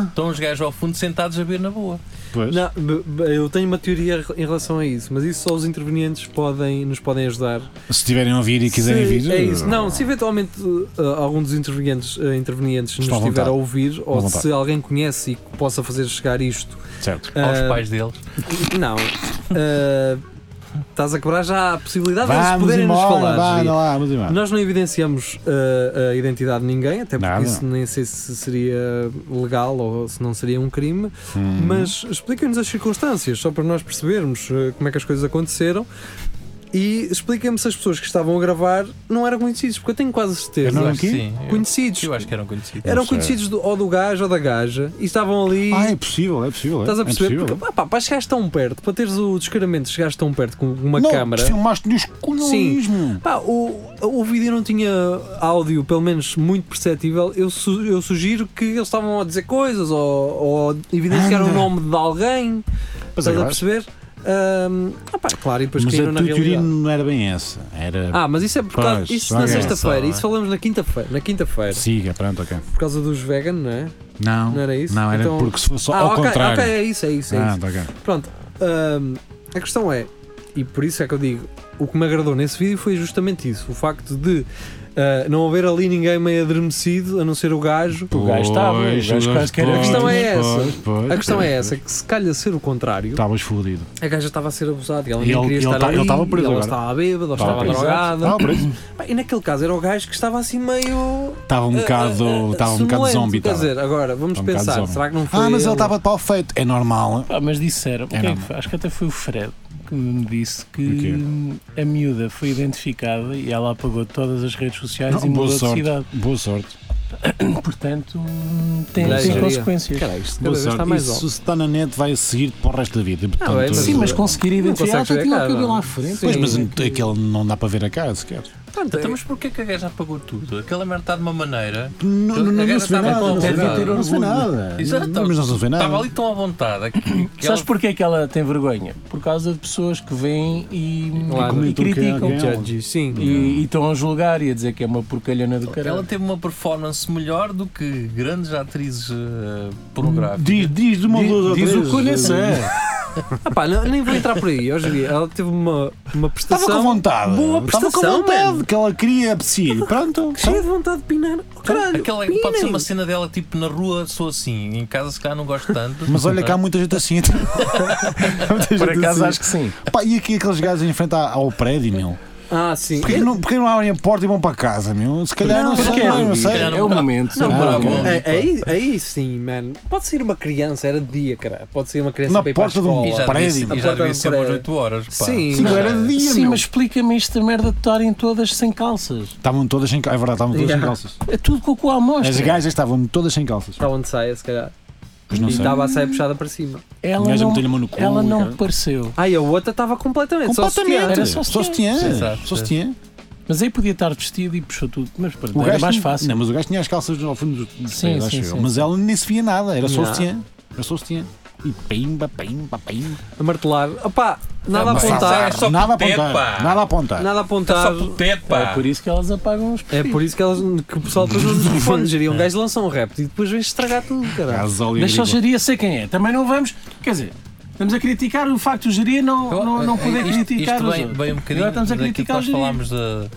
Speaker 5: estão os gajos ao fundo sentados a ver na boa.
Speaker 3: Pois.
Speaker 2: Não, b- b- eu tenho uma teoria em relação a isso, mas isso só os intervenientes podem, nos podem ajudar.
Speaker 3: Se tiverem a ouvir e quiserem
Speaker 2: Se-
Speaker 3: vir.
Speaker 2: É isso. Não, se eventualmente uh, algum dos intervenientes, uh, intervenientes nos
Speaker 3: Estão à
Speaker 2: estiver a
Speaker 3: vontade.
Speaker 2: ouvir,
Speaker 3: à
Speaker 2: ou
Speaker 3: vontade.
Speaker 2: se alguém conhece e que possa fazer chegar isto
Speaker 3: Certo.
Speaker 5: Aos
Speaker 2: uh,
Speaker 5: pais deles.
Speaker 2: Não. Uh, Estás a quebrar já a possibilidade de eles
Speaker 3: Vamos
Speaker 2: Ah, poderem nos
Speaker 3: embora,
Speaker 2: falar.
Speaker 3: vá,
Speaker 2: Gil.
Speaker 3: anda lá, vamos embora.
Speaker 2: Nós não evidenciamos uh, a identidade de ninguém, até porque
Speaker 3: Nada.
Speaker 2: isso nem sei se seria legal ou se não seria um crime,
Speaker 3: Hum.
Speaker 2: mas explica-nos as circunstâncias, só para nós percebermos uh, como é que as coisas aconteceram. E explica-me se as pessoas que estavam a gravar não eram conhecidos, porque eu tenho quase certeza.
Speaker 3: Eu não-
Speaker 5: Eu acho que
Speaker 3: aqui?
Speaker 5: sim. Eu-
Speaker 2: Conhecidos.
Speaker 5: Eu acho que eram conhecidos.
Speaker 2: Eram
Speaker 3: sei.
Speaker 2: conhecidos do- ou do gajo ou da gaja e estavam ali.
Speaker 3: Ah, é possível, é possível. é.
Speaker 2: Estás a
Speaker 3: É
Speaker 2: perceber?
Speaker 3: possível.
Speaker 2: Porque, pá, pá, para chegares tão perto, para teres o descaramento de chegares tão perto com uma
Speaker 3: não, é um-
Speaker 2: câmara.
Speaker 3: tu filmaste-lhe os colhões, meu.
Speaker 2: Pá, o, o vídeo não tinha áudio, pelo menos muito perceptível. Eu, su- eu sugiro que eles estavam a dizer coisas ou, ou evidenciar o
Speaker 3: Anda.
Speaker 2: nome de alguém. estás
Speaker 3: Mas
Speaker 2: a
Speaker 3: agora-
Speaker 2: perceber? Ahm, ah, pá, claro, e depois
Speaker 3: Mas
Speaker 2: caíram
Speaker 3: a
Speaker 2: na
Speaker 3: tua teoria
Speaker 2: realidade.
Speaker 3: não era bem essa. Era.
Speaker 2: Ah, mas isso é por
Speaker 3: Pois,
Speaker 2: causa. Isso na
Speaker 3: ok.
Speaker 2: sexta-feira,
Speaker 5: Só,
Speaker 2: isso
Speaker 5: é.
Speaker 2: falamos na quinta-feira. Na quinta-feira,
Speaker 3: Siga, pronto, ok.
Speaker 2: por causa dos vegan, não é?
Speaker 3: Não,
Speaker 2: Não era isso?
Speaker 3: Não, era
Speaker 2: Então-
Speaker 3: porque se fosse
Speaker 2: ah,
Speaker 3: ao
Speaker 2: ok,
Speaker 3: contrário.
Speaker 2: ok, é isso, é isso, é
Speaker 3: ah,
Speaker 2: isso.
Speaker 3: tá ok.
Speaker 2: Pronto, hum, a questão é, e por isso é que eu digo, o que me agradou nesse vídeo foi justamente isso: o facto de ah, não haver ali ninguém meio adormecido, a não ser o gajo.
Speaker 4: O gajo estava, o
Speaker 3: Pois,
Speaker 4: gajo
Speaker 3: o
Speaker 4: quase que era
Speaker 3: pois,
Speaker 2: A questão é
Speaker 3: pois,
Speaker 2: essa.
Speaker 3: pois,
Speaker 2: A questão
Speaker 3: pois.
Speaker 2: é essa: que se calha ser o contrário,
Speaker 3: Estavas fodido.
Speaker 2: a gaja estava a ser abusada e ela
Speaker 3: Tá. E
Speaker 2: nem
Speaker 3: ele-
Speaker 2: queria
Speaker 3: ele
Speaker 2: estar
Speaker 3: tá-
Speaker 2: ali,
Speaker 3: ele estava preso
Speaker 2: ela
Speaker 3: agora.
Speaker 2: estava bêbada, ou
Speaker 3: Estava
Speaker 2: estava
Speaker 3: preso.
Speaker 2: drogada.
Speaker 3: Estava preso.
Speaker 2: Pá, E naquele caso era o gajo que estava assim meio.
Speaker 3: Estava um
Speaker 2: ah, ah,
Speaker 3: bocado.
Speaker 2: ah,
Speaker 3: Estava um bocado
Speaker 2: sonolento.
Speaker 3: zombie.
Speaker 2: Quer
Speaker 3: estava.
Speaker 2: dizer, agora vamos
Speaker 3: Estava um bocado
Speaker 2: pensar:
Speaker 3: zombie.
Speaker 2: será que não foi. um-
Speaker 3: Ah, mas ele estava de pau feito. É normal.
Speaker 4: Pá, mas disseram,
Speaker 3: É
Speaker 4: quem é que
Speaker 3: normal.
Speaker 4: foi? acho que até foi o Fred que me disse que
Speaker 3: O quê?
Speaker 4: hum, a miúda foi identificada e ela apagou todas as redes sociais
Speaker 3: Não,
Speaker 4: e
Speaker 3: boa
Speaker 4: mudou de
Speaker 3: sorte.
Speaker 4: cidade.
Speaker 3: Boa sorte.
Speaker 4: Portanto, hum, tem,
Speaker 2: Olha,
Speaker 4: tem
Speaker 2: seria.
Speaker 4: consequências.
Speaker 2: Caralho, isto cada
Speaker 3: Boa
Speaker 2: vez está
Speaker 3: sorte.
Speaker 2: mais
Speaker 3: Isso,
Speaker 2: alto.
Speaker 3: se está na net, vai seguir para o resto da vida. Portanto,
Speaker 2: bem, mas-
Speaker 4: Sim, mas conseguir identificar,
Speaker 2: consegues ver a
Speaker 4: ela tinha o
Speaker 2: cara.
Speaker 4: cabelo lá à frente.
Speaker 2: Sim.
Speaker 3: Pois, mas um
Speaker 2: Sim.
Speaker 3: aquele não dá para ver a cara sequer.
Speaker 2: Portanto,
Speaker 5: Então, mas porquê que a gaja apagou tudo? Aquela merda está de uma maneira.
Speaker 2: Então,
Speaker 3: Não,
Speaker 5: Aquela
Speaker 3: não, não,
Speaker 5: cara
Speaker 3: se vê
Speaker 5: estava
Speaker 3: nada.
Speaker 5: toda
Speaker 3: Não se vê
Speaker 5: alterada.
Speaker 3: nada. Não se vê nada.
Speaker 5: Exato.
Speaker 3: Não, Mas não se vê
Speaker 5: Estava ali
Speaker 3: nada.
Speaker 5: tão à vontade. que- que
Speaker 4: Sabes
Speaker 5: ela-
Speaker 4: porquê é que ela tem vergonha? Por causa de pessoas que vêm e,
Speaker 2: Claro.
Speaker 4: e
Speaker 3: Comentam que é
Speaker 4: criticam.
Speaker 3: alguém.
Speaker 2: Judges, sim.
Speaker 4: E
Speaker 3: Uhum.
Speaker 4: e estão a julgar e a dizer que é uma porcalhona do
Speaker 5: Ela
Speaker 4: caralho.
Speaker 5: teve uma performance melhor do que grandes atrizes eh, pornográficas.
Speaker 3: Diz, diz de uma duas ou
Speaker 4: Diz
Speaker 3: três.
Speaker 4: o conhecer.
Speaker 2: Ah pá, não- nem vou entrar por aí. Hoje em dia, ela teve uma, uma prestação.
Speaker 3: Estava com vontade.
Speaker 2: Boa
Speaker 3: Estava com
Speaker 2: prestação,
Speaker 3: vontade
Speaker 2: man.
Speaker 3: que ela queria apetecido. Pronto.
Speaker 2: Cheia de vontade de pinar. Oh, caralho,
Speaker 5: Aquela,
Speaker 2: pinem.
Speaker 5: pode ser uma cena dela tipo na rua, sou assim, em casa se calhar não gosto tanto.
Speaker 3: Mas olha que há muita gente assim. Há muita
Speaker 4: Por
Speaker 3: gente
Speaker 4: acaso
Speaker 3: assim.
Speaker 4: acho que sim.
Speaker 3: Pá, e aqui aqueles gajos em frente à- ao prédio, meu?
Speaker 2: Ah, sim.
Speaker 3: Porquê que não, porquê que não abrem a porta e vão para casa, meu? Se calhar não,
Speaker 2: Não,
Speaker 3: sei,
Speaker 2: porque
Speaker 3: não,
Speaker 2: é-
Speaker 3: sei.
Speaker 5: calhar
Speaker 4: É o momento.
Speaker 2: Não,
Speaker 3: Ah,
Speaker 2: bravo.
Speaker 3: ok.
Speaker 2: É- aí, aí sim, mano. Pode ser uma criança, era de dia, cara. Pode ser uma criança
Speaker 3: Na
Speaker 2: para ir para a
Speaker 3: porta de um-
Speaker 5: E
Speaker 2: escola.
Speaker 5: já
Speaker 3: Parece-
Speaker 5: devia, e
Speaker 2: Aponta
Speaker 5: já
Speaker 2: no
Speaker 5: devia ser umas
Speaker 2: prédio.
Speaker 5: 8 horas. Pá.
Speaker 2: Sim,
Speaker 3: Sim, era de dia,
Speaker 4: Sim,
Speaker 3: meu.
Speaker 4: mas explica-me esta merda de estarem todas sem calças.
Speaker 3: Estavam todas sem calças. É verdade, estavam todas
Speaker 2: Yeah.
Speaker 3: sem calças.
Speaker 4: É tudo com o cu à
Speaker 3: As
Speaker 4: mostra.
Speaker 3: gajas estavam todas sem calças.
Speaker 2: Para onde saia, se calhar.
Speaker 3: Pois não
Speaker 2: e
Speaker 3: sei.
Speaker 2: estava a saia puxada para cima.
Speaker 3: O
Speaker 4: Ela
Speaker 3: gajo
Speaker 4: não,
Speaker 3: meteu-lhe a mão no cu.
Speaker 4: ela não
Speaker 3: cara.
Speaker 4: me pareceu.
Speaker 2: Ah, e a outra estava completamente.
Speaker 3: Completamente.
Speaker 4: Era
Speaker 2: Só
Speaker 4: só
Speaker 3: Só se tinha.
Speaker 5: Exato.
Speaker 3: Só se tinha.
Speaker 4: Mas aí podia estar vestido e puxou tudo. Mas pronto,
Speaker 3: O
Speaker 4: era
Speaker 3: gajo
Speaker 4: mais
Speaker 3: tinha-
Speaker 4: fácil.
Speaker 3: Não, mas o gajo tinha as calças ao fundo do
Speaker 4: Sim,
Speaker 3: acho
Speaker 4: sim,
Speaker 3: eu.
Speaker 4: sim.
Speaker 3: Mas ela nem se via nada, era só o
Speaker 2: Não.
Speaker 3: sutiã. Era só o sutiã. E pimba, pimba, pimba.
Speaker 2: a martelar. Opá, nada a
Speaker 5: Ah, mas
Speaker 2: apontar.
Speaker 5: é só
Speaker 3: nada a
Speaker 5: puteta.
Speaker 3: apontar. Nada a apontar.
Speaker 2: Nada a apontar.
Speaker 5: puteto,
Speaker 4: É por isso que elas apagam os
Speaker 2: É
Speaker 4: perfis.
Speaker 2: por isso que, elas, que o pessoal depois não nos responde. Geria um gajo lança um rap e depois vem estragar tudo, caralho.
Speaker 3: Caso ao
Speaker 4: Deixa o
Speaker 3: agrícola.
Speaker 4: geria ser quem é. Também não vamos. Quer dizer, estamos a criticar o facto do geria não, não, não poder
Speaker 5: É, eh, isto,
Speaker 4: criticar
Speaker 5: isto
Speaker 4: os
Speaker 5: bem,
Speaker 4: outros.
Speaker 5: bem um bocadinho
Speaker 4: Agora estamos a
Speaker 5: daquilo que
Speaker 4: criticar o
Speaker 5: nós
Speaker 4: geria.
Speaker 5: falámos da-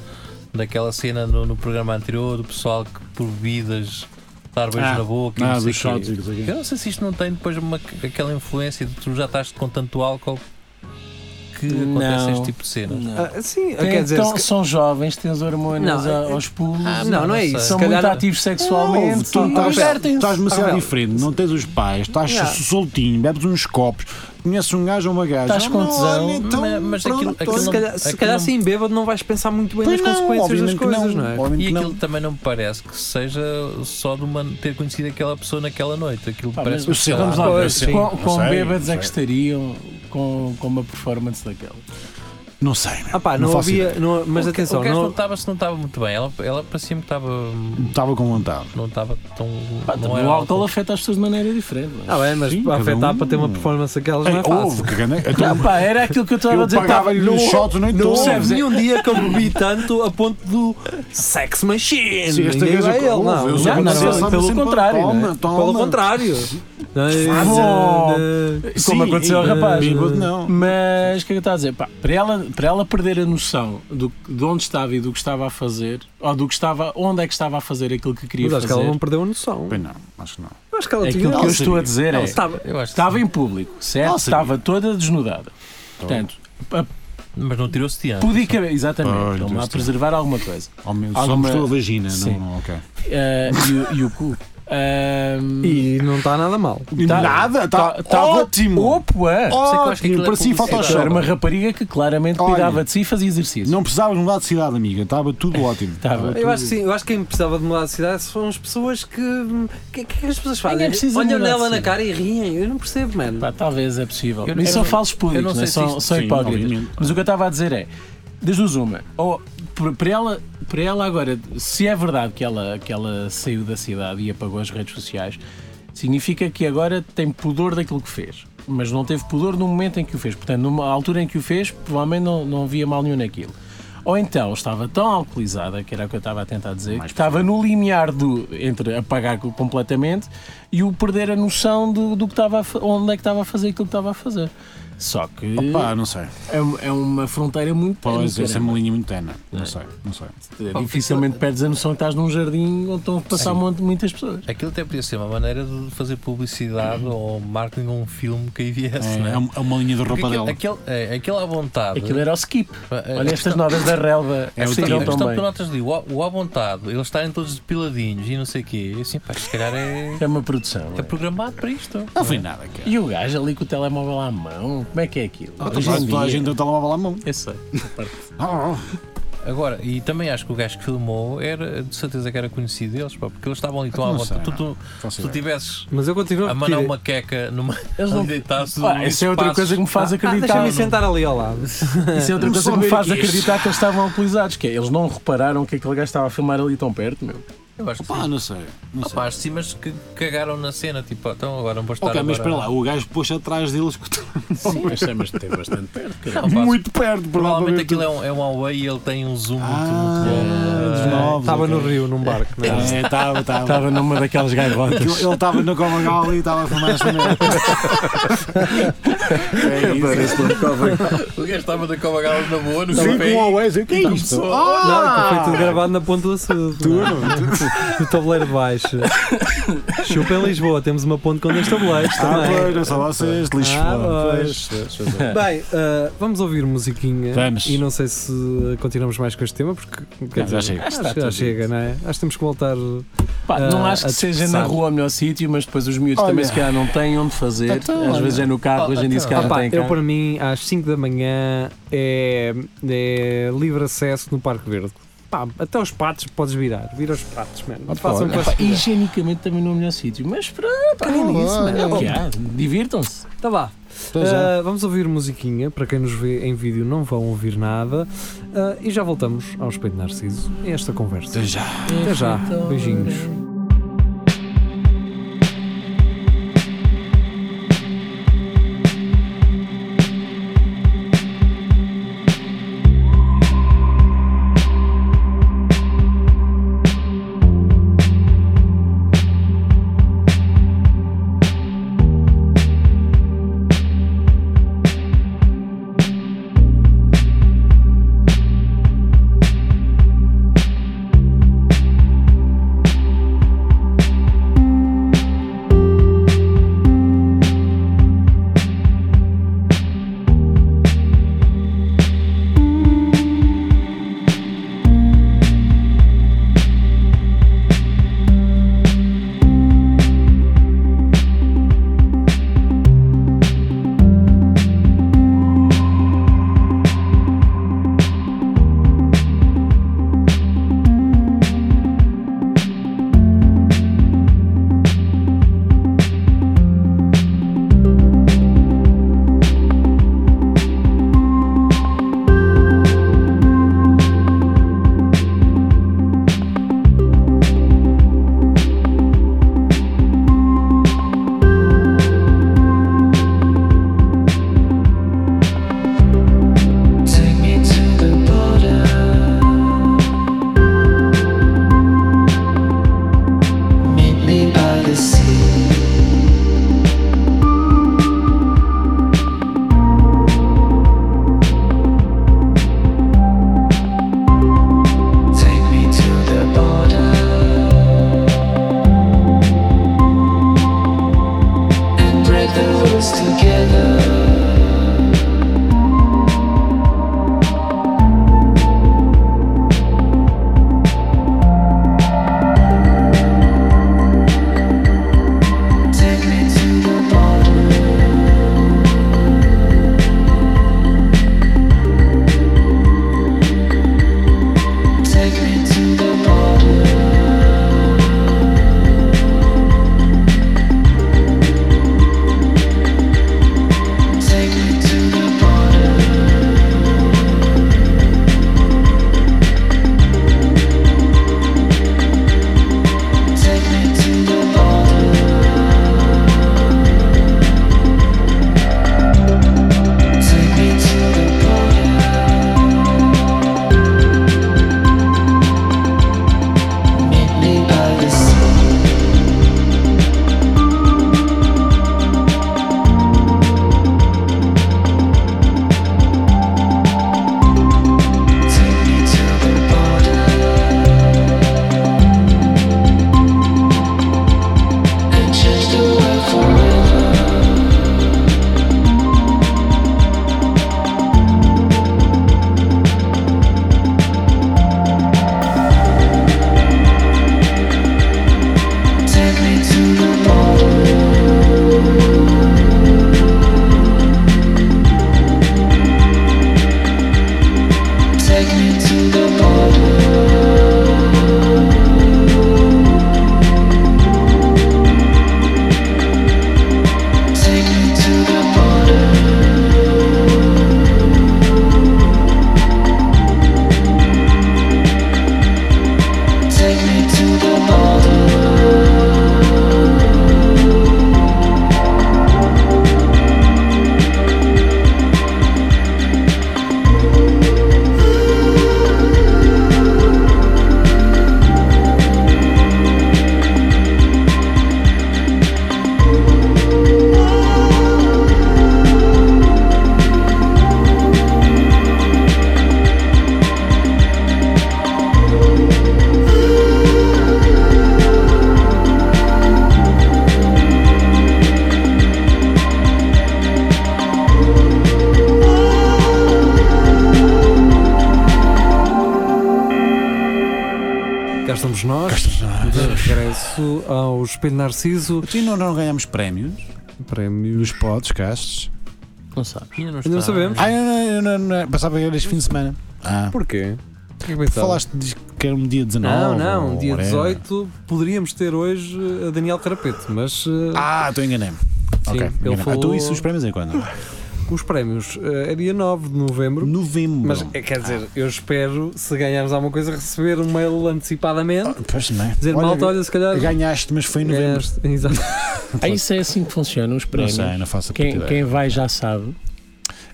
Speaker 5: daquela cena no, no programa anterior do pessoal que por bebidas dar beijos
Speaker 3: Ah,
Speaker 5: na boca e
Speaker 3: Ah,
Speaker 5: não sei
Speaker 3: dos
Speaker 5: quê.
Speaker 3: shots e não sei o quê.
Speaker 5: Eu não sei se isto não tem depois uma, aquela influência de tu já estás com tanto álcool que
Speaker 4: Não. Hum.
Speaker 5: acontece este tipo de cenas.
Speaker 4: Não.
Speaker 2: Ah, sim,
Speaker 4: Tem-
Speaker 2: quer dizer,
Speaker 4: então,
Speaker 2: se-
Speaker 4: são jovens, têm os hormônios
Speaker 2: Não,
Speaker 4: a- aos pulos,
Speaker 5: Ah,
Speaker 2: não, não é
Speaker 5: não
Speaker 2: isso.
Speaker 5: sei.
Speaker 4: são
Speaker 2: se calhar,
Speaker 4: muito ativos sexualmente,
Speaker 3: Não, tu
Speaker 4: são-
Speaker 3: estás-
Speaker 4: divertem-se.
Speaker 3: estás demasiado
Speaker 2: Rafael.
Speaker 3: diferente, não tens os pais, estás
Speaker 2: Yeah.
Speaker 3: soltinho, bebes uns copos, conheces um gajo ou uma gaja.
Speaker 4: Estás com
Speaker 3: Não,
Speaker 4: tesão,
Speaker 3: olha, então,
Speaker 5: mas- mas
Speaker 3: pronto,
Speaker 5: aquilo- aquilo
Speaker 2: se
Speaker 5: não-
Speaker 2: calhar, se
Speaker 5: aquilo
Speaker 2: calhar
Speaker 5: não-
Speaker 2: assim, bêbado, não vais pensar muito bem
Speaker 3: Pois
Speaker 2: nas
Speaker 3: não,
Speaker 2: consequências das
Speaker 3: obviamente que
Speaker 2: coisas, não, é?
Speaker 5: E
Speaker 3: Obviamente que
Speaker 5: aquilo
Speaker 3: não.
Speaker 5: também não me parece que seja só de uma, ter conhecido aquela pessoa naquela noite. Aquilo
Speaker 4: Pá,
Speaker 5: parece
Speaker 4: mas-
Speaker 5: um
Speaker 3: sei lá,
Speaker 5: bocado-
Speaker 4: Vamos lá ver,
Speaker 3: Sim,
Speaker 4: com,
Speaker 3: não
Speaker 4: com
Speaker 3: sei,
Speaker 4: bêbados
Speaker 3: não
Speaker 4: é que
Speaker 3: sei.
Speaker 4: estariam com, com uma performance daquela.
Speaker 3: Não sei, meu.
Speaker 2: Ah pá,
Speaker 3: Não
Speaker 2: não,
Speaker 3: faço
Speaker 2: havia. não- mas
Speaker 5: O Ca-
Speaker 2: atenção,
Speaker 5: o Castro
Speaker 2: não-
Speaker 5: não estava não estava muito bem. Ela, ela parecia-me que estava.
Speaker 3: Estava com vontade.
Speaker 5: Não estava tão.
Speaker 4: Pá,
Speaker 5: não
Speaker 4: também
Speaker 5: era
Speaker 4: o álcool
Speaker 5: álcool.
Speaker 4: afeta as pessoas de maneira diferente. mas-
Speaker 2: Ah, bem, mas
Speaker 3: Sim,
Speaker 2: para
Speaker 3: cada
Speaker 2: afetar
Speaker 3: um.
Speaker 2: para ter uma performance daquelas
Speaker 3: Ei,
Speaker 2: não é
Speaker 3: houve,
Speaker 2: fácil.
Speaker 3: que grande-
Speaker 4: Não,
Speaker 3: então,
Speaker 4: pá, era aquilo que eu estava a
Speaker 3: Eu
Speaker 4: dizer. pá,
Speaker 3: pagava-lhe um
Speaker 4: não-
Speaker 3: uns shots, nem
Speaker 2: Não
Speaker 3: todos.
Speaker 2: houve
Speaker 4: percebes?
Speaker 2: nenhum dia que eu bebi tanto a ponto do Sex Machine.
Speaker 3: Sim, esta
Speaker 2: Ninguém
Speaker 3: vez
Speaker 2: vai
Speaker 3: eu-
Speaker 2: ele, não.
Speaker 3: houve, eu
Speaker 4: só
Speaker 2: Já,
Speaker 4: vou dizer,
Speaker 2: não,
Speaker 4: só-
Speaker 2: não.
Speaker 4: pelo contrário,
Speaker 3: Toma,
Speaker 4: né?
Speaker 3: toma.
Speaker 2: Pelo contrário. Não, é?
Speaker 4: Faz- Como aconteceu ao
Speaker 3: e-
Speaker 4: rapaz. é?
Speaker 3: Bêbado, não.
Speaker 4: Mas o que é que eu estava a dizer? Pá, para, ela, para ela perder a noção do, de onde estava e do que estava a fazer, ou do que estava, onde é que estava a fazer aquilo que queria
Speaker 2: Mas acho que
Speaker 4: fazer.
Speaker 2: ela não perdeu a noção.
Speaker 3: Pois não, acho que não.
Speaker 2: Eu Acho que ela
Speaker 4: É Aquilo
Speaker 2: tinha.
Speaker 4: que eu estou a dizer
Speaker 2: Ela
Speaker 4: é.
Speaker 2: estava.
Speaker 5: Eu acho que
Speaker 4: Estava
Speaker 5: sim.
Speaker 4: em público, certo?
Speaker 3: Ela sabia.
Speaker 4: Estava toda desnudada. Portanto,
Speaker 5: Mas não tirou-se de ano.
Speaker 4: podia caber, exatamente,
Speaker 3: Olha,
Speaker 4: estão lá a
Speaker 3: Deus
Speaker 4: preservar alguma coisa.
Speaker 3: Então, Ao menos
Speaker 4: Alguma-
Speaker 3: só mostrou a vagina,
Speaker 4: Sim.
Speaker 3: não, não, ok.
Speaker 4: Ah, e, o- e o cu. Ah,
Speaker 2: E não está nada mal.
Speaker 4: tá-
Speaker 3: Nada, tá
Speaker 4: tá-
Speaker 3: ótimo.
Speaker 4: Opa!
Speaker 3: Ótimo, parecia
Speaker 4: Então, era
Speaker 3: Photoshop.
Speaker 4: uma rapariga que claramente
Speaker 3: Olha.
Speaker 4: cuidava de si e fazia exercício.
Speaker 3: Não precisavas mudar de cidade, amiga. Estava tudo ótimo.
Speaker 4: Estava.
Speaker 2: Eu acho que sim, eu acho que quem precisava de mudar de cidade são as pessoas que. O que, que é que as pessoas fazem?
Speaker 4: Ninguém precisa
Speaker 2: Olham
Speaker 4: mudar de
Speaker 2: nela na
Speaker 4: cidade.
Speaker 2: cara e riem. Eu não percebo, mano.
Speaker 4: Pá, talvez é possível.
Speaker 5: Eu-
Speaker 4: Isso
Speaker 5: eu
Speaker 4: são
Speaker 5: não-
Speaker 4: falsos
Speaker 5: eu
Speaker 4: públicos,
Speaker 5: não sei
Speaker 4: né?
Speaker 5: se
Speaker 4: são,
Speaker 5: isto-
Speaker 4: são
Speaker 3: sim,
Speaker 4: hipócritas.
Speaker 3: obviamente.
Speaker 4: Mas o que eu estava a dizer é, das duas uma, ou por- para ela, para ela agora, se é verdade que ela, que ela saiu da cidade e apagou as redes sociais, significa que agora tem pudor daquilo que fez. Mas não teve pudor no momento em que o fez. Portanto, numa altura em que o fez, provavelmente não, não havia mal nenhum naquilo. Ou então estava tão alcoolizada, que era o que eu estava a tentar dizer, que estava no limiar do, entre apagar co- completamente e o perder a noção do, do que estava a fa- onde é que estava a fazer aquilo que estava a fazer. Só que
Speaker 3: Opa, não sei.
Speaker 4: é, é uma fronteira muito
Speaker 3: Pois,
Speaker 4: tênue,
Speaker 3: essa é
Speaker 4: caramba.
Speaker 3: uma linha muito tena. Não sei, não sei.
Speaker 4: Dificilmente perdes a noção que estás num jardim onde estão a passar muito- muitas pessoas.
Speaker 5: Aquilo até podia ser uma maneira de fazer publicidade ou marketing a um filme que aí viesse,
Speaker 3: É,
Speaker 5: não é?
Speaker 3: é uma- é uma linha de
Speaker 5: Porque
Speaker 3: roupa dela.
Speaker 5: Aquele, aquele, é, aquele à vontade.
Speaker 4: Aquilo era o skip.
Speaker 5: É,
Speaker 4: Olha
Speaker 5: a
Speaker 4: estas
Speaker 5: questão-
Speaker 4: notas da relva.
Speaker 3: É o
Speaker 5: a
Speaker 4: saíram
Speaker 3: skip.
Speaker 4: tão
Speaker 5: questão que tu
Speaker 4: bem.
Speaker 5: notas ali, o, o à vontade, eles estarem todos depiladinhos e não sei o quê. Eu assim, pá, se calhar é,
Speaker 4: É uma produção.
Speaker 5: é programado para isto.
Speaker 3: Não foi nada, cara.
Speaker 4: E o gajo ali com o telemóvel à mão, como é que é aquilo?
Speaker 3: Ah,
Speaker 4: Hoje em
Speaker 3: Toda a
Speaker 4: dia-
Speaker 3: gente tem o telemóvel à mão.
Speaker 4: Eu sei.
Speaker 3: Ah,
Speaker 5: Agora, e também acho que o gajo que filmou era de certeza que era conhecido deles, pá, porque eles estavam ali tão à
Speaker 3: Não
Speaker 5: vontade.
Speaker 3: sei,
Speaker 5: Tu, tu,
Speaker 3: faço
Speaker 5: se tu
Speaker 3: ideia.
Speaker 5: tivesses
Speaker 2: Mas eu continuo
Speaker 5: a
Speaker 2: a
Speaker 5: manar
Speaker 2: repetir.
Speaker 5: uma queca numa.
Speaker 4: Eles não-
Speaker 5: ali deitados
Speaker 4: Ah,
Speaker 5: nos
Speaker 4: isso é outra
Speaker 5: espaços.
Speaker 4: coisa que me faz
Speaker 2: Ah,
Speaker 4: acreditar.
Speaker 2: deixa-me sentar ali ao lado.
Speaker 4: Isso é outra
Speaker 3: Vamos
Speaker 4: coisa
Speaker 3: só
Speaker 4: que me
Speaker 3: ver
Speaker 4: faz
Speaker 3: aqui
Speaker 4: acreditar que eles estavam alcoolizados. Que é, eles não repararam que aquele gajo estava a filmar ali tão perto, meu.
Speaker 5: Eu acho que
Speaker 3: Pá,
Speaker 5: sim.
Speaker 3: não sei. Não sei.
Speaker 5: Opa, acho que sim, mas que cagaram na cena, tipo, ah, então agora não vou estar
Speaker 3: Ok, mas
Speaker 5: agora-
Speaker 3: espera lá, o gajo puxa atrás deles com o
Speaker 4: Sim, mas mas esteve bastante perto.
Speaker 5: Não, pá,
Speaker 3: Muito perto,
Speaker 5: Tá Provavelmente
Speaker 3: provavelmente.
Speaker 5: aquilo é um, é um Huawei e ele tem um zoom
Speaker 3: Ah,
Speaker 5: muito, muito bom.
Speaker 3: desnova.
Speaker 2: Estava no rio, num barco. não é?
Speaker 3: Estava, estava.
Speaker 4: Estava numa daquelas gaivotas.
Speaker 3: Ele estava na Cova Gala e estava a filmar esta merda. É isso.
Speaker 5: O gajo estava da Cova Gala na boa, no
Speaker 3: Sim, com o
Speaker 5: café.
Speaker 3: Huawei, o que é isto?
Speaker 2: Não, aquilo foi
Speaker 3: Ah!
Speaker 2: tudo gravado na ponta do sul. No tabuleiro de baixo. Chupa em Lisboa, temos uma ponte com dois tabuleiros
Speaker 3: Ah,
Speaker 2: também.
Speaker 3: pois, não só vocês, lixo.
Speaker 2: Ah,
Speaker 3: pois.
Speaker 2: Bem, ah, vamos ouvir musiquinha.
Speaker 3: Vamos.
Speaker 2: E não sei se continuamos mais com este tema, porque quer
Speaker 3: Não, já chega.
Speaker 2: acho
Speaker 4: Está
Speaker 2: que já
Speaker 4: tudo
Speaker 2: chega, não é? Acho que temos que voltar.
Speaker 4: Pá, não
Speaker 2: Ah,
Speaker 4: acho que
Speaker 2: a
Speaker 4: seja na
Speaker 2: dispersar.
Speaker 4: rua o melhor sítio, mas depois os miúdos
Speaker 3: Olha.
Speaker 4: também se calhar não têm onde fazer.
Speaker 3: Então,
Speaker 4: Às
Speaker 3: olha.
Speaker 4: vezes é no carro,
Speaker 5: Ah,
Speaker 4: hoje em dia se
Speaker 5: então.
Speaker 4: calhar não
Speaker 2: Opá,
Speaker 4: têm
Speaker 2: eu,
Speaker 4: carro.
Speaker 2: para mim, às 5 da manhã é, é livre acesso no Parque Verde. Pá, até os patos podes virar. Vira os patos, mano. Não te façam
Speaker 4: Olha,
Speaker 2: com
Speaker 4: pá,
Speaker 2: essa-
Speaker 4: higienicamente também não é o melhor sítio, mas pronto, pá, nem
Speaker 3: Olha.
Speaker 4: isso, mano. É o que há, divirtam-se.
Speaker 2: Tá vá.
Speaker 3: Até já.
Speaker 2: Ah, vamos ouvir musiquinha. Para quem nos vê em vídeo, não vão ouvir nada. Ah, e já voltamos ao Espelho Narciso a esta conversa.
Speaker 3: Até já.
Speaker 2: Até já. Beijinhos. Cá estamos nós. De regresso ao Espelho Narciso.
Speaker 3: E não, não ganhamos prémios
Speaker 2: Prémios.
Speaker 3: nos podcasts.
Speaker 4: Não sabes.
Speaker 5: Ainda não,
Speaker 2: Ainda não
Speaker 5: está.
Speaker 2: sabemos.
Speaker 3: Ah, eu não, eu não, não, passava que era este fim de semana. Ah,
Speaker 2: Porquê? O que é que
Speaker 3: porque
Speaker 2: pensava?
Speaker 3: falaste de que era um dia 19.
Speaker 2: Não, não, um
Speaker 3: ou
Speaker 2: dia
Speaker 3: whatever.
Speaker 2: 18 poderíamos ter hoje eh, a Daniel Carapete, mas eh,
Speaker 3: Ah, estou enganei-me.
Speaker 2: Sim,
Speaker 3: ok,
Speaker 2: ele
Speaker 3: enganei-me. Ah,
Speaker 2: falou-
Speaker 3: então isso os prémios é quando?
Speaker 2: os prémios eh, é dia 9 de novembro.
Speaker 3: Novembro.
Speaker 2: Mas eh, quer dizer, eu espero, se ganharmos alguma coisa, receber um mail
Speaker 3: Ah,
Speaker 2: antecipadamente.
Speaker 3: Pois não é?
Speaker 2: Dizer, malta, olha, é se calhar.
Speaker 3: Ganhaste, mas foi em novembro.
Speaker 2: ganhaste." Exato.
Speaker 4: Ah, isso é assim que funcionam os
Speaker 3: Não
Speaker 4: prémios.
Speaker 3: sei, não faço a puta
Speaker 4: Quem,
Speaker 3: ideia.
Speaker 4: quem vai já sabe.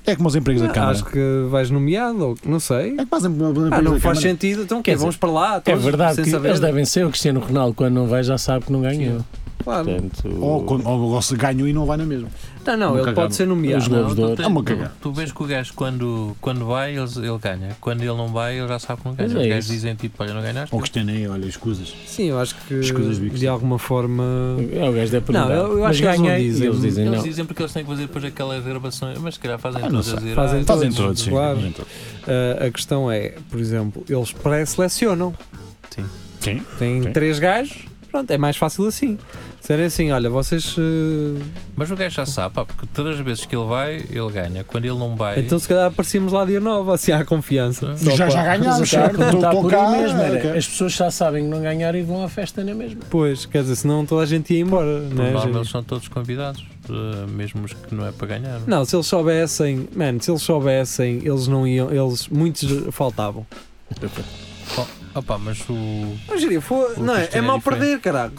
Speaker 3: É como os empregos da Câmara.
Speaker 2: Ah, Acho que vais nomeado, ou não sei.
Speaker 3: É que fazem os empregos
Speaker 2: Ah, não
Speaker 3: da
Speaker 2: faz
Speaker 3: Câmara.
Speaker 2: sentido, então
Speaker 4: Quer
Speaker 2: quer
Speaker 4: dizer,
Speaker 2: vamos para lá.
Speaker 4: É
Speaker 2: todos,
Speaker 4: verdade
Speaker 2: sem
Speaker 4: que
Speaker 2: saber.
Speaker 4: eles devem ser. O Cristiano Ronaldo, quando não vai, já sabe que não ganhou.
Speaker 2: Claro.
Speaker 4: Portanto,
Speaker 3: Ou, quando- ou, ou se ganhou e não vai na mesma.
Speaker 2: Não, não,
Speaker 3: Nunca
Speaker 2: ele
Speaker 3: ganham.
Speaker 2: pode ser
Speaker 4: Os
Speaker 2: nomeado.
Speaker 4: gols.
Speaker 5: Não,
Speaker 4: Os
Speaker 5: tu,
Speaker 4: dois.
Speaker 5: tens-
Speaker 3: É uma
Speaker 5: tu-
Speaker 3: cagada.
Speaker 5: tu vês que o gajo quando, quando vai ele, ele ganha, quando ele não vai ele já sabe que não ganha.
Speaker 4: Mas é
Speaker 5: Os gajos
Speaker 4: isso.
Speaker 5: dizem tipo, olha, não ganhaste.
Speaker 3: Ou que estendem, olha, escusas.
Speaker 2: Sim, eu acho que
Speaker 3: Escusas, Vicky.
Speaker 2: de alguma forma.
Speaker 4: É o gajo da
Speaker 2: Não,
Speaker 4: prioridade.
Speaker 2: eu- eu
Speaker 4: Mas
Speaker 2: acho que eles não
Speaker 4: ganhei,
Speaker 2: dizem.
Speaker 4: e Eles dizem
Speaker 5: Eles
Speaker 4: não.
Speaker 5: dizem porque eles têm que fazer depois aquelas gravações, mas se calhar fazem
Speaker 3: Ah, não
Speaker 5: todas
Speaker 3: sei.
Speaker 5: a dizer,
Speaker 2: Fazem
Speaker 5: ah,
Speaker 3: Fazem
Speaker 5: fazemos-
Speaker 3: todos, sim.
Speaker 2: claro.
Speaker 3: fazem todos.
Speaker 2: Ah, a questão é, por exemplo, eles pré-selecionam.
Speaker 3: Sim.
Speaker 2: Têm
Speaker 3: Sim.
Speaker 2: três gajos, pronto, é mais fácil assim. Serem assim, olha, vocês. eh,
Speaker 5: Mas o gajo já sabe, pá, porque todas as vezes que ele vai, ele ganha. Quando ele não vai,
Speaker 2: então se calhar aparecíamos lá dia 9, assim há confiança.
Speaker 5: Sim.
Speaker 2: Só
Speaker 3: Já,
Speaker 2: para-
Speaker 3: já ganharam,
Speaker 4: Mas
Speaker 3: certo?
Speaker 4: acaba de
Speaker 3: Estou
Speaker 4: contar
Speaker 3: estou
Speaker 4: por aí
Speaker 3: cá.
Speaker 4: mesmo, era.
Speaker 3: ok.
Speaker 4: As pessoas já sabem que não ganharam e vão à festa na mesma.
Speaker 2: Pois, quer dizer, senão toda a gente ia embora,
Speaker 5: por
Speaker 2: né?
Speaker 5: norma
Speaker 2: gente?
Speaker 5: eles são todos convidados, eh, mesmo os que não é para ganhar.
Speaker 2: Não, se eles soubessem, mano, se eles soubessem, eles não iam, eles, muitos faltavam.
Speaker 5: Oh, opá, mas o.
Speaker 2: Mas, geria, foi,
Speaker 5: O
Speaker 2: não é? É
Speaker 5: Cristiano é
Speaker 2: mal
Speaker 5: diferente.
Speaker 2: perder, caralho.